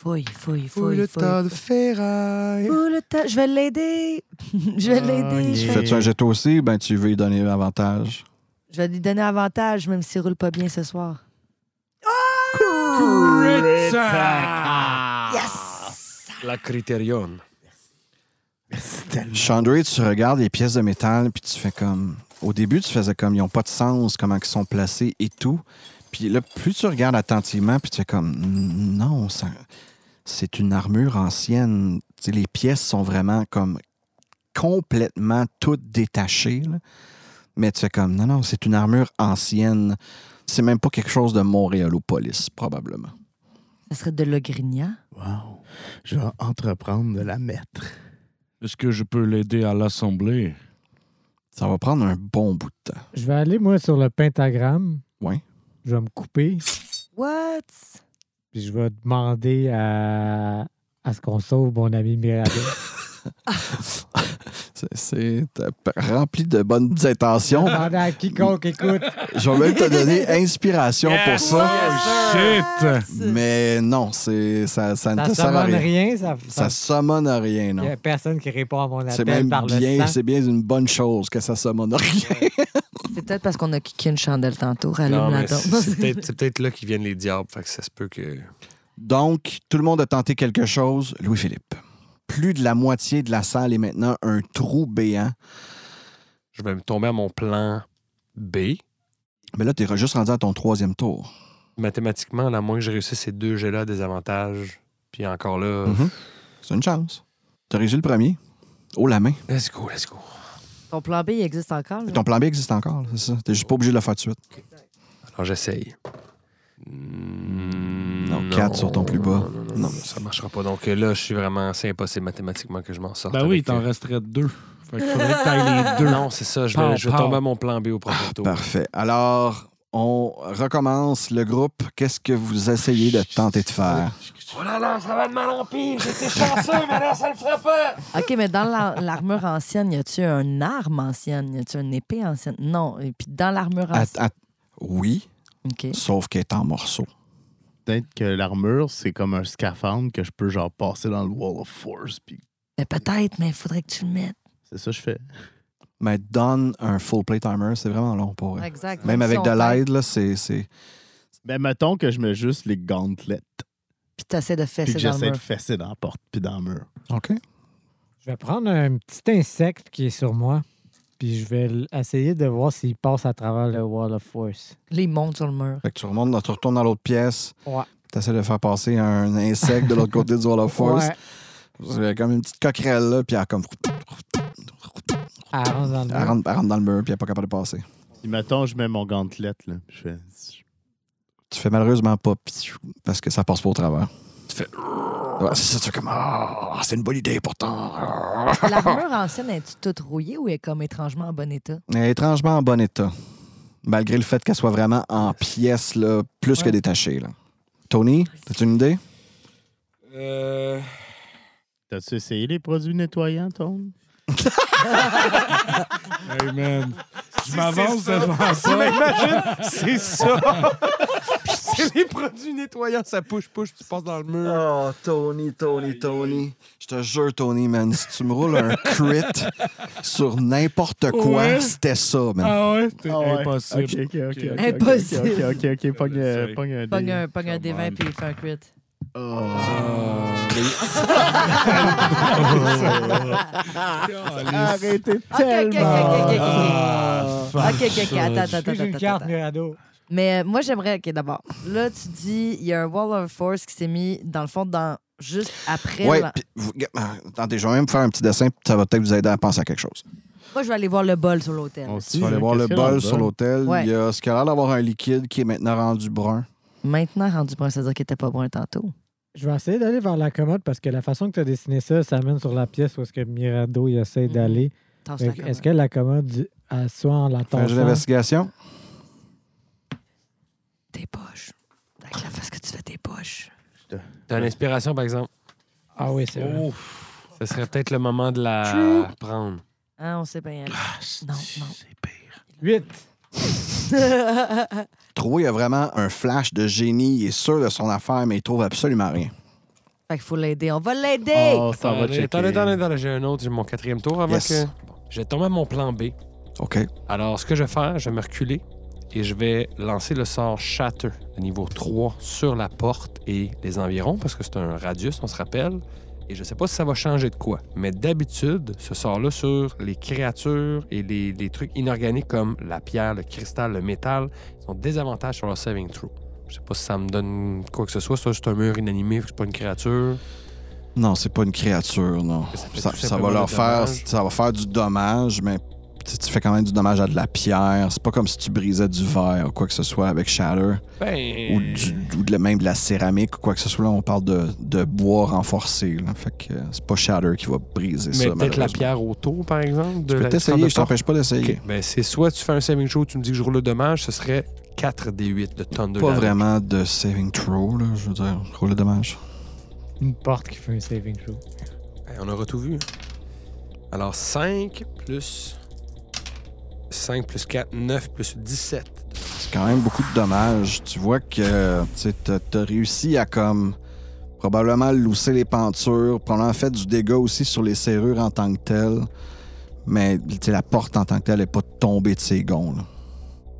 Fouille, fouille, fouille. Fouille, fouille.
ferraille.
Fouille le tas. Je vais l'aider. Je vais
Ah,
l'aider.
Tu
Je vais-
fais-tu un jet aussi? Ben, tu veux lui donner un avantage.
Je vais lui donner avantage, même s'il roule pas bien ce soir. Ah. Yes!
La critérion.
Merci tellement.
Chandray, tu regardes les pièces de métal, puis tu fais comme. Au début, tu faisais comme ils n'ont pas de sens, comment ils sont placés et tout. Puis là, plus tu regardes attentivement, puis tu fais comme. Non, ça... c'est une armure ancienne. Tu sais, les pièces sont vraiment comme complètement toutes détachées. là. Mais tu fais comme. Non, non, c'est une armure ancienne. C'est même pas quelque chose de Montréalopolis, probablement.
Ça serait de l'ogrignan.
Wow. Je vais entreprendre de la mettre.
Est-ce que je peux l'aider à l'assemblée?
Ça va prendre un bon bout de temps.
Je vais aller, moi, sur le pentagramme.
Ouais.
Je vais me couper.
What?
Puis je vais demander à, à ce qu'on sauve mon ami Mirabel.
C'est- C'est euh, rempli de bonnes intentions.
demander à quiconque écoute.
Je vais même te donner inspiration pour ça.
Ah!
Shit!
Mais non, c'est ça, ça ne
Ça
te
ne
sert à
sonne
rien.
rien. Ça,
Ça summon à rien,
Il n'y
non.
a personne qui répond à mon
C'est
appel
même
par le
bien,
sang.
c'est bien une bonne chose que ça summon à rien.
C'est peut-être parce qu'on a kické une chandelle tantôt. Rallume la
c'est
tombe.
peut-être peut là qu'ils viennent les diables, fait que ça se peut que.
Donc, tout le monde a tenté quelque chose. Louis-Philippe. Plus de la moitié de la salle est maintenant un trou béant.
Je vais me tomber à mon plan B.
Mais là, tu es juste rendu à ton troisième tour.
Mathématiquement, à moins que je réussisse ces deux jets-là à des avantages, puis encore là.
Mhm. C'est une chance. Tu as réussi le premier. Oh, la main.
Let's go, let's go.
Ton plan B, il existe encore. là?
Ton plan B existe encore, là, c'est ça. Tu juste pas obligé de le faire tout de suite.
Alors j'essaye. Mm, Non,
quatre sur ton plus bas.
Non, non, non, non, ça marchera pas. Donc euh, là, je suis vraiment, c'est impossible mathématiquement que je m'en sorte.
Ben oui, il
avec,
t'en
euh,
resterait deux. Fait qu'il faudrait que t'ailles les deux.
Non, c'est ça. Je vais,
Pow,
je vais
pow.
tomber à mon plan B au prochain tour.
Parfait. Alors, on recommence le groupe. Qu'est-ce que vous essayez de tenter de faire?
Oh là là, ça va de mal en pire. J'étais chanceux, mais là, ça le fera pas.
OK, mais dans la- l'armure ancienne, y a-tu une arme ancienne? Y a-tu une épée ancienne? Non. Et puis dans l'armure
Att-
ancienne.
att- oui,
OK.
sauf qu'elle est en morceaux.
Peut-être que l'armure, c'est comme un scaphandre que je peux genre passer dans le Wall of Force. Puis
Mais peut-être, mais il faudrait que tu le mettes.
c'est ça que je fais.
Mais donne un full plate armor, c'est vraiment long pour elle.
Exact.
Même avec de
l'aide.
l'aide, là, c'est. c'est-
Ben, mettons que je mets juste les gauntlets.
Puis t'essaies de
Puis
fesser
que
dans le
j'essaie de
mur.
fesser dans la porte, puis dans le mur.
OK.
Je vais prendre un petit insecte qui est sur moi. Puis je vais l- essayer de voir s'il passe à travers le Wall of Force.
Les monte sur le mur.
Fait que tu remontes, dans- tu retournes dans l'autre pièce.
Ouais.
Tu essaies de faire passer un insecte de l'autre côté du Wall of Force.
Ouais.
C'est comme une petite coquerelle, là, puis elle, comme,
Elle rentre dans le
elle,
mur.
rentre, elle rentre dans le mur, puis elle n'est pas capable de passer.
Puis mettons, je mets mon gantelet, là. puis Je fais.
Tu fais malheureusement pas pfiou, parce que ça passe pas au travers.
Tu fais-
Ouais, c'est ça, tu fais comme. Ah, c'est une bonne idée pourtant.
L'armure ancienne, est-tu toute rouillée ou elle est comme étrangement en bon état?
Elle est étrangement en bon état. Malgré le fait qu'elle soit vraiment en pièces, là, plus que
Ouais.
détachée. Là. Tony, as-tu une idée?
Euh,
T'as-tu essayé les produits nettoyants, Tom?
Hey, man. Je
Si
m'avance
c'est ça.
devant ça.
C'est ça! les produits nettoyants, ça push-push, puis tu passes dans le mur.
Oh, Tony, Tony, Tony. Je te jure, Tony, man, si tu me roules un crit sur n'importe quoi,
Ouais.
c'était ça, man.
Ah ouais, c'est
Ah ouais.
impossible.
Ok, ok, ok. ok, ok,
Impossible.
Ok, ok, ok, ok, pogne, euh,
J'essaie.
pogne un
Pogne
dé. Oh.
un, pogne un des
Come
20
on.
puis il fait un crit.
Arrêtez
Ok, ok,
tellement.
ok, ok, ok.
Ah,
Ok, ok, ok, attends, attends, attends,
J'ai une
attends,
carte,
attends.
Mirado.
Mais euh, moi, j'aimerais. Ok, d'abord. Là, tu dis, il y a un Wall of Force qui s'est mis, dans le fond, dans, juste après.
Ouais,
la-
puis vous- g- ah, attendez, je vais même faire un petit dessin, puis ça va peut-être vous aider à penser à quelque chose.
Moi, je vais aller voir le bol sur l'hôtel.
On
Tu vas aller voir le bol sur l'hôtel.
Ouais.
Il y a ce qui a l'air d'avoir un liquide qui est maintenant rendu brun.
Maintenant, rendu brun, ça veut dire qu'il était pas brun tantôt.
Je vais essayer d'aller vers la commode parce que la façon que tu as dessiné ça, ça amène sur la pièce où est-ce que Mirado il essaie
Mhm.
d'aller.
Tasse
Fait
la
que Est-ce
commode.
que la commode, elle, soit en la
Fais un jeu
tassant,
d'investigation.
Tes poches. Avec la face que tu fais tes poches.
T'as une inspiration, par exemple.
Ah oui, c'est vrai.
Ce serait peut-être le moment de la prendre.
Hein, on sait bien.
Ah,
Non, non.
Huit.
Troué a vraiment un flash de génie. Il est sûr de son affaire, mais il trouve absolument rien.
Fait qu'il faut l'aider. On va l'aider!
Oh, ça va
Attendez,
checker.
attendez, attendez, attendez, j'ai un autre, j'ai mon quatrième tour avant
Yes.
que. Bon, je tombe à mon plan B.
OK.
Alors, ce que je vais faire, je vais me reculer et je vais lancer le sort Shatter de niveau 3 sur la porte et les environs, parce que c'est un radius, on se rappelle. Et je ne sais pas si ça va changer de quoi, mais d'habitude, ce sort-là sur les créatures et les, les trucs inorganiques comme la pierre, le cristal, le métal, ils ont des avantages sur leur saving throw. Je sais pas si ça me donne quoi que ce soit. Ça, c'est un mur inanimé, c'est pas une créature.
Non, c'est pas une créature, non.
Ça fait
Ça,
tout
ça
simplement
va leur
des
faire,
dommages.
ça va faire du dommage, mais tu, tu fais quand même du dommage à de la pierre. C'est pas comme si tu brisais du verre ou quoi que ce soit avec Shatter
Ben,
ou, du, ou de la- même de la céramique ou quoi que ce soit. Là, on parle de, de bois renforcé. là. Fait que euh, c'est pas Shatter qui va briser ça.
mais peut-être la
malheureusement.
pierre autour, par exemple. De
Tu
la
peux
du corps
t'essayer,
de
je
porte.
t'empêche pas d'essayer.
OK. Ben, c'est soit tu fais un saving throw, tu me dis que je roule le dommage, ce serait 4 des 8 de Thunder.
Pas
Damage.
vraiment de saving throw, là, je veux dire, roule le dommage.
Une porte qui fait un saving throw.
Hey, on aura tout vu. hein. Alors 5 plus 5 plus 4, 9 plus 17.
C'est quand même beaucoup de dommages. Tu vois que tu sais, t'as t'as réussi à comme probablement lousser les pentures, probablement fait du dégât aussi sur les serrures en tant que telles. Mais tu sais, la porte en tant que telle n'est pas tombée de ses gonds. là.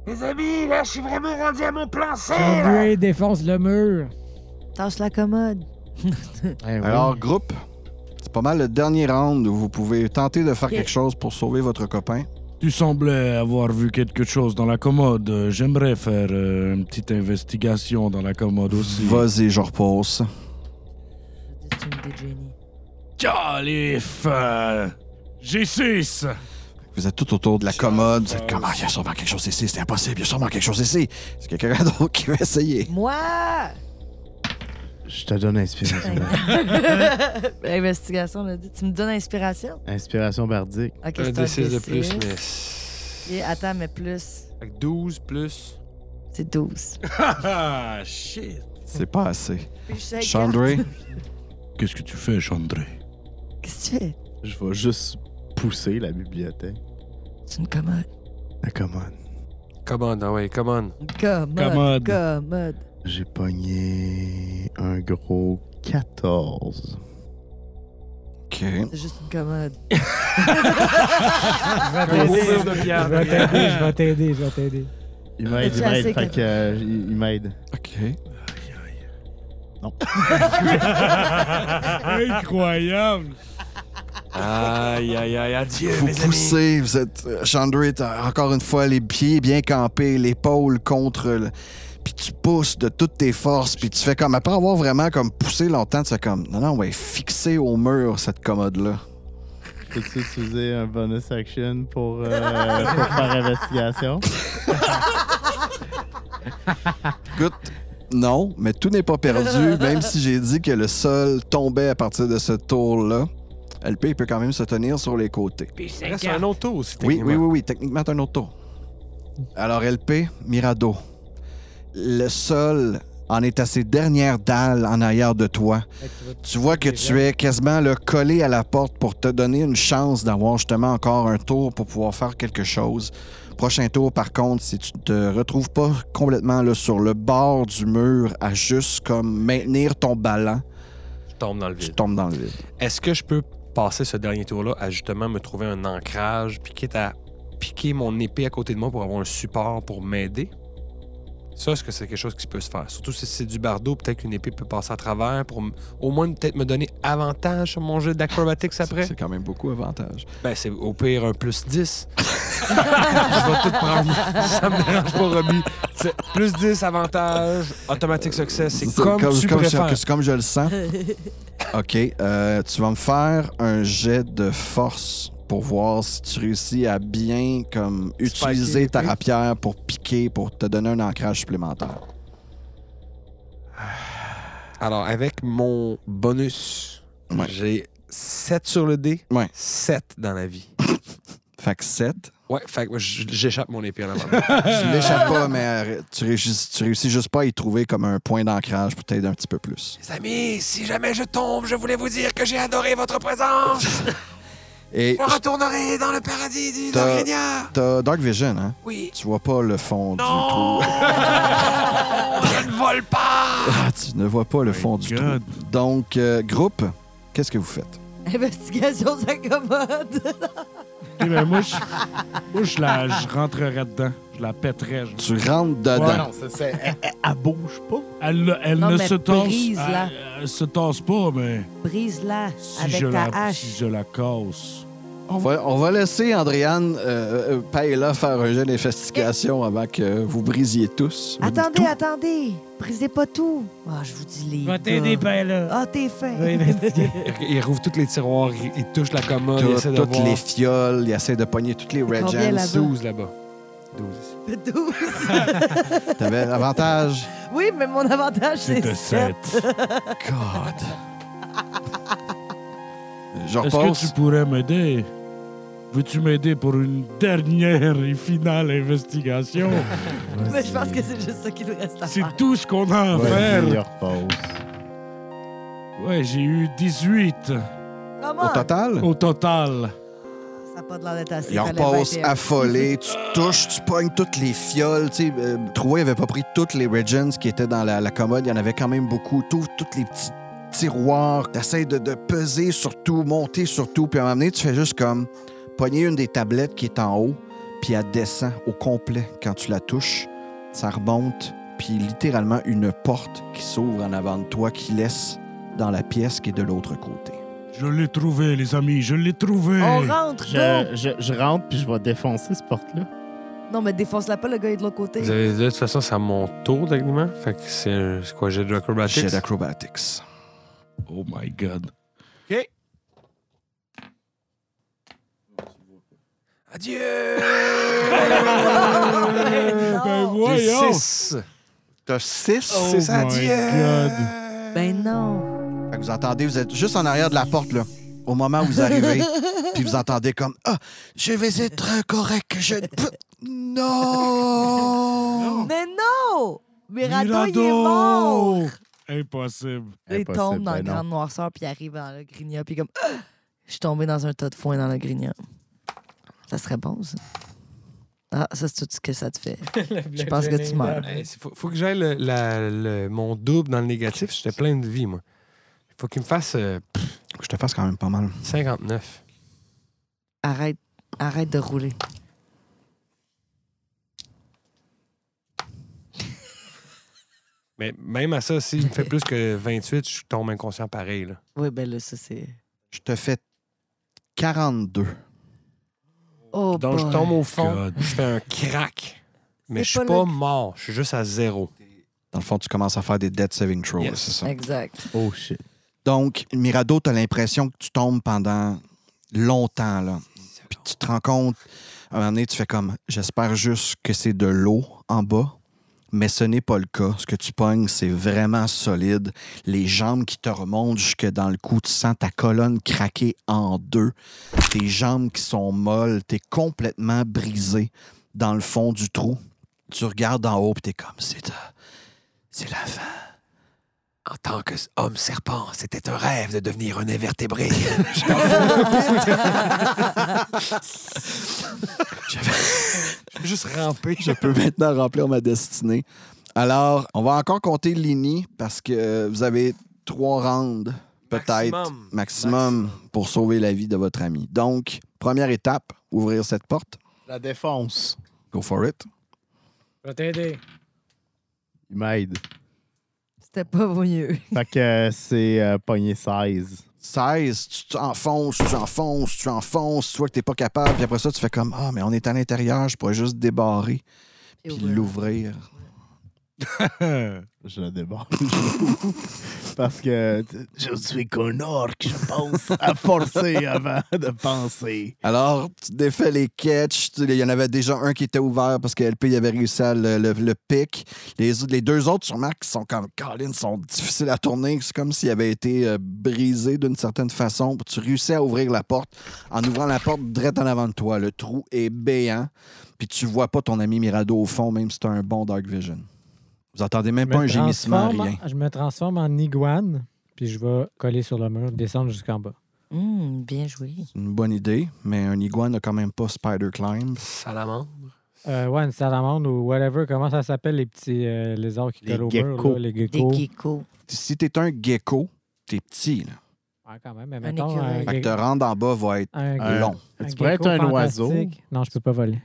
Les amis, là, je suis vraiment rendu à mon plan C. là.
André défonce le mur.
Tasse la commode.
Eh
Alors, groupe, c'est pas mal le dernier round où vous pouvez tenter de faire
Ok.
quelque chose pour sauver votre copain.
Tu semblais avoir vu quelque chose dans la commode. Euh, J'aimerais faire euh, une petite investigation dans la commode aussi.
Vas-y, je repose.
C'est une idée de génie.
Calife! euh, G6!
Vous êtes tout autour de la commode. Vous êtes comme, ah, il y a sûrement quelque chose ici, c'est impossible, il y a sûrement quelque chose ici. C'est quelqu'un d'autre qui va essayer.
Moi!
Je te donne inspiration.
Investigation, on a dit. Tu me donnes inspiration?
inspiration bardique.
Ok,
Un
c'est
D6 de
D6.
plus, mais.
Et attends, mais plus,
Fait que 12 plus.
c'est 12.
Ah, shit!
C'est pas assez.
Puis je sais,
Chandray,
Qu'est-ce que tu fais, Chandré?
regarde, Qu'est-ce que tu fais?
Je vais juste pousser la bibliothèque.
C'est une commode.
Ah, come on.
Come on, ah ouais, come on.
Une commode.
Commode.
Commode.
J'ai pogné un gros 14.
OK.
C'est juste une commode.
Je vais
Un gros mur
t'aider.
de
Je
pierre.
vais t'aider, je vais t'aider, je vais t'aider.
Il m'aide,
As-tu
il m'aide.
assez
Fait
que-
que, euh, il il m'aide.
OK.
Incroyable!
Aïe, aïe, aïe, adieu,
Vous
mes amis.
poussez, vous êtes. euh, Chandray, t'as encore une fois les pieds bien campés, l'épaule contre. le- Puis tu pousses de toutes tes forces, puis tu fais comme. Après avoir vraiment comme poussé longtemps, tu fais comme. Non, non, ouais, fixer au mur cette commode-là.
Peux-tu utiliser un bonus action pour, euh, pour faire investigation?
Écoute, non, mais tout n'est pas perdu, même si j'ai dit que le sol tombait à partir de ce tour-là. LP il peut quand même se tenir sur les côtés.
Puis
Il reste un autre tour aussi,
Oui, oui, oui,
techniquement.
oui, techniquement, t'as un autre tour. Alors, LP, Mirado, le sol en est à ses dernières dalles en arrière de toi. Tu vois que tu es quasiment là, collé à la porte pour te donner une chance d'avoir justement encore un tour pour pouvoir faire quelque chose, Prochain tour, par contre, si tu te retrouves pas complètement là, sur le bord du mur à juste comme maintenir ton ballon,
Je tombe dans le
tu
vide.
tombes dans le vide.
Est-ce que je peux passer ce dernier tour-là à justement me trouver un ancrage, puis quitte à piquer mon épée à côté de moi pour avoir un support pour m'aider? Ça, est-ce que c'est quelque chose qui peut se faire? Surtout si c'est du bardeau, peut-être qu'une épée peut passer à travers pour m- au moins peut-être me donner avantage sur mon jeu d'acrobatics après.
C'est quand même beaucoup avantage.
Ben, c'est au pire un plus 10. je vais tout prendre. Ça me dérange pas, Robbie. C'est Plus 10, avantage, automatique success. C'est comme, tu préfères.
c'est comme je le sens. OK. euh, tu vas me faire un jet de force pour voir si tu réussis à bien comme
Spiker
utiliser ta
l'épée.
rapière pour piquer, pour te donner un ancrage supplémentaire.
Alors, avec mon bonus,
Ouais.
j'ai 7 sur le dé,
Ouais.
7 dans la vie.
Fait que 7.
Ouais, fait que moi, j- j'échappe mon épée en avant.
Tu l'échappes pas, mais euh, tu réussis, tu réussis juste pas à y trouver comme un point d'ancrage pour t'aider un petit peu plus.
Les amis, si jamais je tombe, je voulais vous dire que j'ai adoré votre présence.
Et
Oh,
Je retournerai dans le paradis du
T'as-
Dorgrigna.
t'as Dark Vision, hein?
Oui.
Tu vois pas le fond du
Non,
trou.
je ne vole pas.
Ah, tu ne vois pas le fond du
God.
trou. Donc, euh, groupe, qu'est-ce que vous faites?
Investigation, ça commode.
Eh ben, moi, je, moi, je la, je rentrerais dedans. Je la pèterais. genre.
Tu rentres dedans.
non, c'est- c'est- elle, elle- elle bouge pas.
Elle, le- elle
Non,
ne
mais
se tasse,
brise-la.
elle, elle se tasse pas, mais
Brise-la
si, je
avec ta
la, si
hache.
je la casse.
On va, on va laisser Andréane euh, euh, Paella faire un jeu d'investigation avant que vous brisiez tous.
Attendez, attendez. Brisez pas tout. Ah, je vous dis les.
Va t'aider,
gars.
ben là.
Ah, t'es fin.
Va investiguer.
il rouvre tous les tiroirs, il, il touche la commode, il
Tout-
essaie de
toutes
voir.
les fioles, il essaie de pogner toutes les Red
combien
Gems.
là-bas?
12 là-bas. 12.
Douze.
T'avais l'avantage.
Oui, mais mon avantage,
C'était
c'est sept.
7.
God. Je
Est-ce que
repose.
tu pourrais m'aider? Veux-tu m'aider pour une dernière et finale investigation?
Mais je pense que c'est juste ça qu'il nous reste à
C'est
faire.
tout ce qu'on
Ah,
a à
Vas-y,
faire.
repose.
Ouais, j'ai eu 18
Au
Comment?
total?
au total.
Ça n'a pas de l'air d'être assez.
Il
fallait
repasse
21.
affolé, tu touches, tu pognes toutes les fioles. Tu sais, euh, Troué avait pas pris toutes les Regents qui étaient dans la, la commode, il y en avait quand même beaucoup. Tu ouvres tous les petits tiroirs, tu essaies de, de peser sur tout, monter sur tout, puis à un moment donné, tu fais juste comme pogner une des tablettes qui est en haut, puis elle descend au complet quand tu la touches. Ça remonte, puis littéralement une porte qui s'ouvre en avant de toi qui laisse dans la pièce qui est de l'autre côté.
Je l'ai trouvé, les amis, je l'ai trouvé.
On rentre,
Je, je, je rentre puis je vais défoncer cette porte-là.
go! Non, mais défonce-la pas, le gars est de l'autre côté.
Vous avez, de toute façon, c'est à mon tour, techniquement. Fait que c'est c'est quoi, j'ai de l'acrobatics?
Jet Acrobatics.
Oh my God.
Adieu.
Ben
non.
voyons!
6.
T'as 6?
Oh
C'est ça,
my
Dieu.
God.
Ben non.
Fait que vous entendez, vous êtes juste en arrière de la porte, là, au moment où vous arrivez, puis vous entendez comme Ah, je vais être incorrect, je ne peux. Non!
Mais non! Mirado, il est
Mirado!
mort!
Impossible.
Là, il
Impossible,
tombe dans
ben
le
non.
grand noirceur, puis il arrive dans le grignot, puis comme Ah! Je suis tombé dans un tas de foin dans le grignot. Ça serait bon, ça. Ah, ça, c'est tout ce que ça te fait. Je pense que tu meurs.
Hey, c'est- faut, faut que j'aille le- la- le- mon double dans le négatif. J'étais plein de vie, moi. Faut qu'il me fasse euh,
Je te fasse quand même pas mal.
59.
Arrête, arrête de rouler.
Mais même à ça, s'il me fait plus que 28, je tombe inconscient pareil. Là.
Oui, ben là, ça, c'est.
Je te fais 42.
Oh,
Donc, je
boy.
tombe au fond,
God.
je fais un crack. Mais
C'est
je suis
pas
pas,
le-
mort, je suis juste à zéro.
Dans le fond, tu commences à faire des dead saving throws,
Yes.
c'est ça.
Exact.
Oh shit.
Donc, Mirado, tu as l'impression que tu tombes pendant longtemps, là. Puis tu te rends compte, à un moment donné, tu fais comme J'espère juste que c'est de l'eau en bas, mais ce n'est pas le cas. Ce que tu pognes, c'est vraiment solide. Les jambes qui te remontent jusque dans le cou, tu sens ta colonne craquer en deux. Tes jambes qui sont molles, t'es complètement brisé dans le fond du trou. Tu regardes en haut, puis t'es comme C'est euh, c'est la fin.
En tant que homme serpent, c'était un rêve de devenir un invertébré.
Juste ramper.
Je peux maintenant remplir ma destinée. Alors, on va encore compter Lini parce que euh, vous avez trois rounds, peut-être,
Maximum.
maximum. pour sauver la vie de votre ami. Donc, première étape, ouvrir cette porte.
La défense.
Go for it.
Je vais t'aider.
Il m'aide.
C'était pas mieux.
Fait que euh, c'est euh, pogné 16.
16, tu t'enfonces, tu enfonces, tu enfonces, tu vois que t'es pas capable, puis après ça, tu fais comme Ah, mais on est à l'intérieur, je pourrais juste débarrer, puis l'ouvrir.
Je le déborde.
Parce que t- je suis qu'un orc, je pense à forcer avant de penser.
Alors, tu défais les catchs. tu- Il y en avait déjà un qui était ouvert parce que LP il avait réussi à le, le- le pic. Les, les deux autres, sûrement, qui sont comme Colin, sont difficiles à tourner. C'est comme s'ils avaient été euh, brisés d'une certaine façon. Tu réussis à ouvrir la porte en ouvrant la porte direct en avant de toi. Le trou est béant. Puis tu vois pas ton ami Mirado au fond, même si tu as un bon Dark Vision. Vous entendez même
Je
pas
me
un gémissement,
transforme- hein?
rien.
Je me transforme en iguane, puis je vais coller sur le mur, descendre jusqu'en bas.
Hum, bien joué.
Une bonne idée, mais un iguane n'a quand même pas Spider Climb.
Salamandre.
Euh, ouais, une salamandre ou whatever, comment ça s'appelle, les petits euh, lézards qui
Les
collent au mur,
geckos.
là, les
Des
geckos.
geckos.
Si t'es un gecko, t'es petit. Là.
Ouais, quand même, mais mettons,
écureuil.
un,
Fait que te
ge-
rendre en bas va être
un,
Euh,
long.
un
tu pourrais
gecko
être un oiseau.
fantastique. Non, je peux pas voler.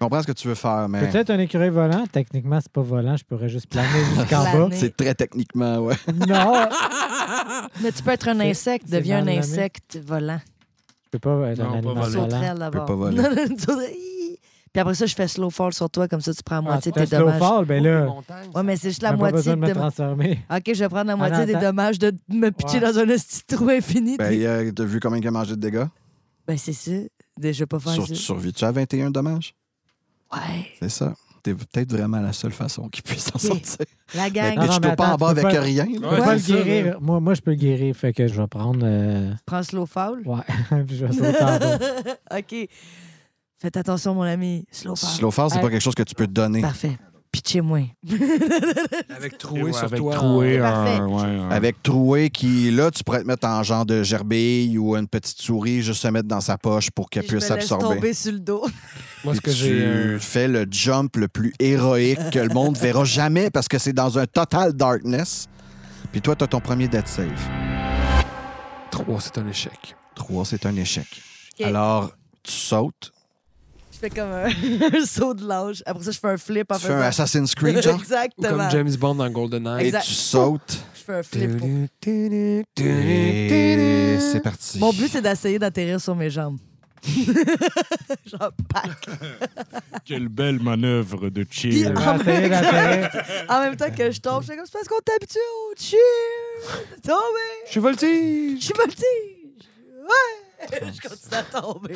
Je comprends ce que tu veux faire, mais
Peut-être un écureuil volant. Techniquement, c'est pas volant. Je pourrais juste planer jusqu'en bas.
Planer.
c'est très techniquement, ouais.
Non,
Mais tu peux être un
C'est-
insecte,
c'est
deviens un
mal nommé.
insecte volant.
je peux pas être
Non,
un
pas
animal
volant.
volant.
Sauterelle d'abord.
pas voler.
Non, non, une sauterelle. Hi. Puis après ça, je fais slow fall sur toi, comme ça tu prends la
Ah,
moitié de tes
peut-être slow
dommages.
fall, ben là,
Montagne,
Ouais, mais c'est juste la
j'ai pas
moitié
besoin
de
de me
dommages.
transformer.
OK, je vais prendre la
Ah,
moitié
non,
des
attends.
dommages de me pitcher
Ouais.
dans un petit trou infini.
Ben,
puis-
euh, t'as vu combien il a mangé de dégâts?
Ben, c'est ça. Des- Je vais pas faire
Sur,
ça.
tu survis-tu à 21 dommages?
Ouais.
C'est ça. T'es peut-être vraiment la seule façon qu'il puisse s'en
Ok.
sortir.
La
Mais,
gang,
Non,
tu
non,
tombes
mais
pas en
attends,
bas
tu
avec
peux pas-
rien.
Je
là.
peux
Ouais,
pas le
c'est ça, là.
guérir. Moi, moi, je peux le guérir. Fait que je vais prendre. euh,
prends slow fall.
Ouais, puis je vais sauter en bas.
OK. Faites attention, mon ami. Slow fall.
Slow fall, c'est pas
Hey.
quelque chose que tu peux te donner.
Parfait. Pitchez-moi.
Avec troué
Troué
sur toi.
Troué,
Ah, parfait.
un- ouais, un-
Avec Troué qui, là, tu pourrais te mettre en genre de gerbille ou une petite souris, juste se mettre dans sa poche pour qu'elle
Puis je me
puisse
laisse
absorber.
tomber sur le dos.
Moi, ce que
Puis
j'ai. euh,
tu fais le jump le plus héroïque que le monde verra jamais parce que c'est dans un total darkness. Puis toi, t'as ton premier death save.
Trois, c'est un échec.
3, c'est un échec.
Ok.
Alors, tu sautes.
Je fais comme un, un saut de l'âge. Après ça, je fais un flip en
Tu fais un
faisant-
Assassin's Creed, genre,
Ou comme
Exactement.
James Bond dans GoldenEye.
et
Exact.
tu sautes.
Je fais un flip. pour-
Tudu, tudu, tudu,
Et
tudu.
c'est parti.
Mon but, c'est d'essayer d'atterrir sur mes jambes. genre, pack.
Quelle belle manœuvre de
Je
chill.
vais essayer d'atterrir.
En même temps que je tombe, je fais comme c'est parce qu'on t'habitue au chill. Tomber.
Je suis voltige.
Je suis voltige. Ouais. Je continue à tomber.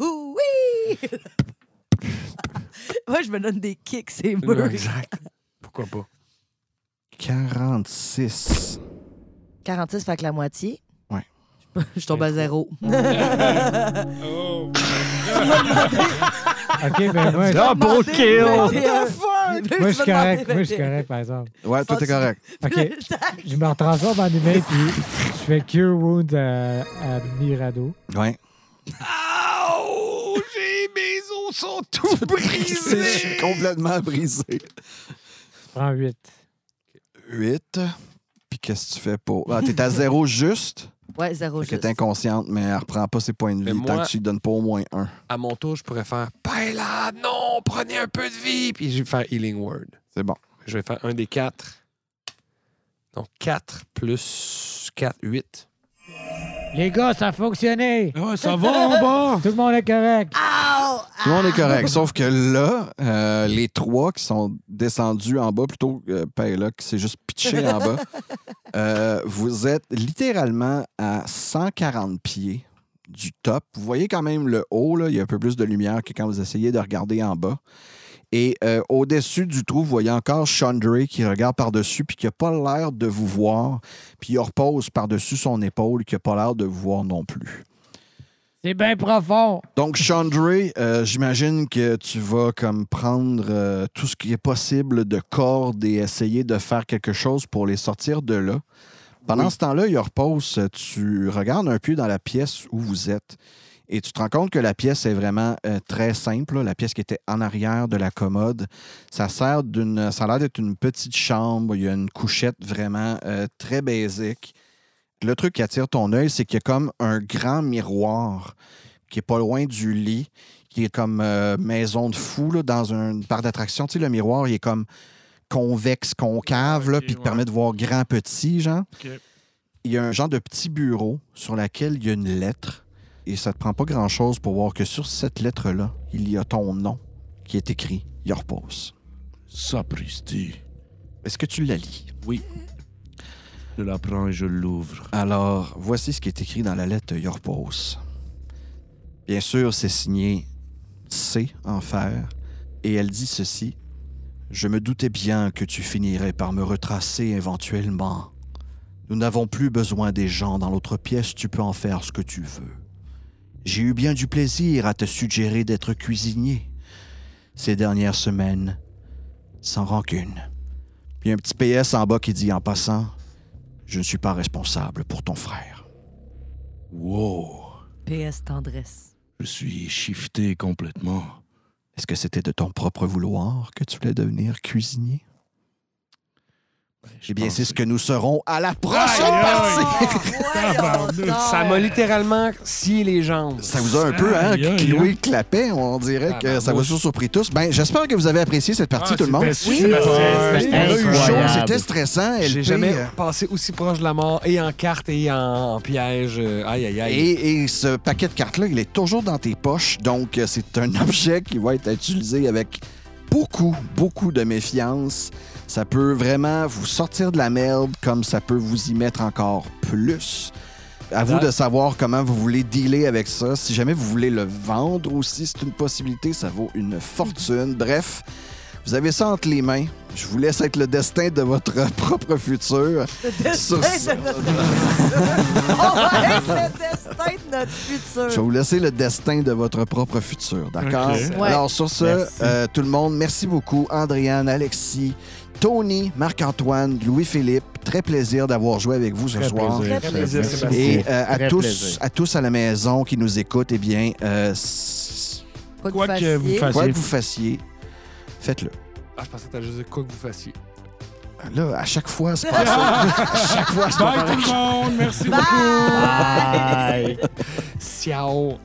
Ouh, Oui. Moi, je me donne des kicks, c'est
Ouais,
murs.
Exact. Pourquoi pas?
46.
46, fait que la moitié.
Ouais.
Je- Je tombe à zéro.
OK, ben moi, je-
Double Ah, kill! What
moi, je suis correct. Moi, je suis correct, par exemple.
Ouais, toi, t'es correct.
OK. Je me transforme en humain, puis je fais Cure Wound à, à Mirado.
Ouais.
Oh, j'ai mes os sont tout
Je suis complètement brisé.
Je prends 8.
8. Puis qu'est-ce que tu fais pour. Ah, t'es à zéro juste.
Ouais, zéro
Fait qu'elle
juste.
est inconsciente, mais elle reprend pas ses points de
Mais
vie tant
moi-
que tu lui donnes pas au moins un.
À mon tour, je pourrais faire Paella, non, prenez un peu de vie. Puis je vais faire Healing Word.
C'est bon.
Je vais faire un des quatre. Donc 4 plus 4, 8.
Les gars, ça a fonctionné!
Ah, ça va en bas.
Tout le monde est correct!
Ow!
Tout le monde est correct. Sauf que là, euh, les trois qui sont descendus en bas, plutôt que Paella qui s'est juste pitché en bas, euh, vous êtes littéralement à 140 pieds du top. Vous voyez quand même le haut, là, il y a un peu plus de lumière que quand vous essayez de regarder en bas. Et euh, au-dessus du trou, vous voyez encore Chandray qui regarde par-dessus puis qui n'a pas l'air de vous voir. Puis il repose par-dessus son épaule qui n'a pas l'air de vous voir non plus.
C'est bien profond.
Donc, Chandray, euh, j'imagine que tu vas comme prendre euh, tout ce qui est possible de cordes et essayer de faire quelque chose pour les sortir de là. Pendant ce temps-là, il repose, euh, tu regardes un peu dans la pièce où vous êtes et tu te rends compte que la pièce est vraiment euh, très simple. là. La pièce qui était en arrière de la commode, ça sert d'une, ça a l'air d'être une petite chambre. Il y a une couchette vraiment euh, très basique. Le truc qui attire ton œil, c'est qu'il y a comme un grand miroir qui est pas loin du lit, qui est comme euh, maison de fou là, dans une part d'attraction. Tu sais, le miroir, il est comme convexe, concave, là,
Ok,
puis te
ouais.
permet de voir grand, petit, genre.
Ok.
Il y a un genre de petit bureau sur laquelle il y a une lettre. Et ça te prend pas grand-chose pour voir que sur cette lettre-là, il y a ton nom qui est écrit. Il repose.
Sapristi.
Est-ce que tu la lis?
Je la prends et je l'ouvre.
Alors, voici ce qui est écrit dans la lettre Yorpos. Bien sûr, c'est signé C en fer, et elle dit ceci. Je me doutais bien que tu finirais par me retracer éventuellement. Nous n'avons plus besoin des gens dans l'autre pièce, tu peux en faire ce que tu veux. J'ai eu bien du plaisir à te suggérer d'être cuisinier ces dernières semaines, sans rancune. Puis un petit PS en bas qui dit en passant, je ne suis pas responsable pour ton frère.
Wow.
PS tendresse.
Je suis shifté complètement.
Est-ce que c'était de ton propre vouloir que tu voulais devenir cuisinier?
Je
Eh bien,
pense
c'est ce que nous serons à la prochaine
Aïe, aïe.
partie!
Ah,
Ah
Ça m'a littéralement scié les jambes.
Ça vous a un peu, hein,
Aïe, aïe,
cloué le clapet. On dirait
Ah,
que ça vous a
barbouche.
surpris tous. Ben, j'espère que vous avez apprécié cette partie,
Ah,
tout le monde.
c'était super.
c'était
On a eu chaud,
incroyable.
c'était stressant.
J'ai
LP,
jamais
euh,
passé aussi proche de la mort, et en carte, et en, en piège. euh, Aïe, aïe, aïe.
Et, et ce paquet de cartes-là, il est toujours dans tes poches. Donc, euh, c'est un objet qui va être utilisé avec beaucoup, beaucoup de méfiance. Ça peut vraiment vous sortir de la merde comme ça peut vous y mettre encore plus. À vous
Exact.
de savoir comment vous voulez dealer avec ça. Si jamais vous voulez le vendre aussi, c'est une possibilité. Ça vaut une fortune. Bref, vous avez ça entre les mains. Je vous laisse être le destin de votre propre futur. Sur ce-
On va être le destin de notre
Je vais
futur.
vous laisser le destin de votre propre futur, d'accord?
Ok.
Ouais.
Alors, sur ce,
Merci.
euh, tout le monde, merci beaucoup. Andréane, Alexis, Tony, Marc-Antoine, Louis-Philippe, très plaisir d'avoir joué avec vous ce
Très
soir.
plaisir.
Très plaisir,
Merci
Sébastien.
Et euh, à,
Très
tous,
plaisir.
à tous à la maison qui nous écoutent, eh bien, euh, s-
Pas
Quoi que vous
fassiez.
fassiez.
quoi que vous fassiez, faites-le.
Ah, je pensais que t'allais juste dire quoi que vous fassiez.
Là, à chaque fois, c'est pas ça. à chaque fois, c'est pas
Bye tout le monde. Merci
Bye!
Bye.
Ciao.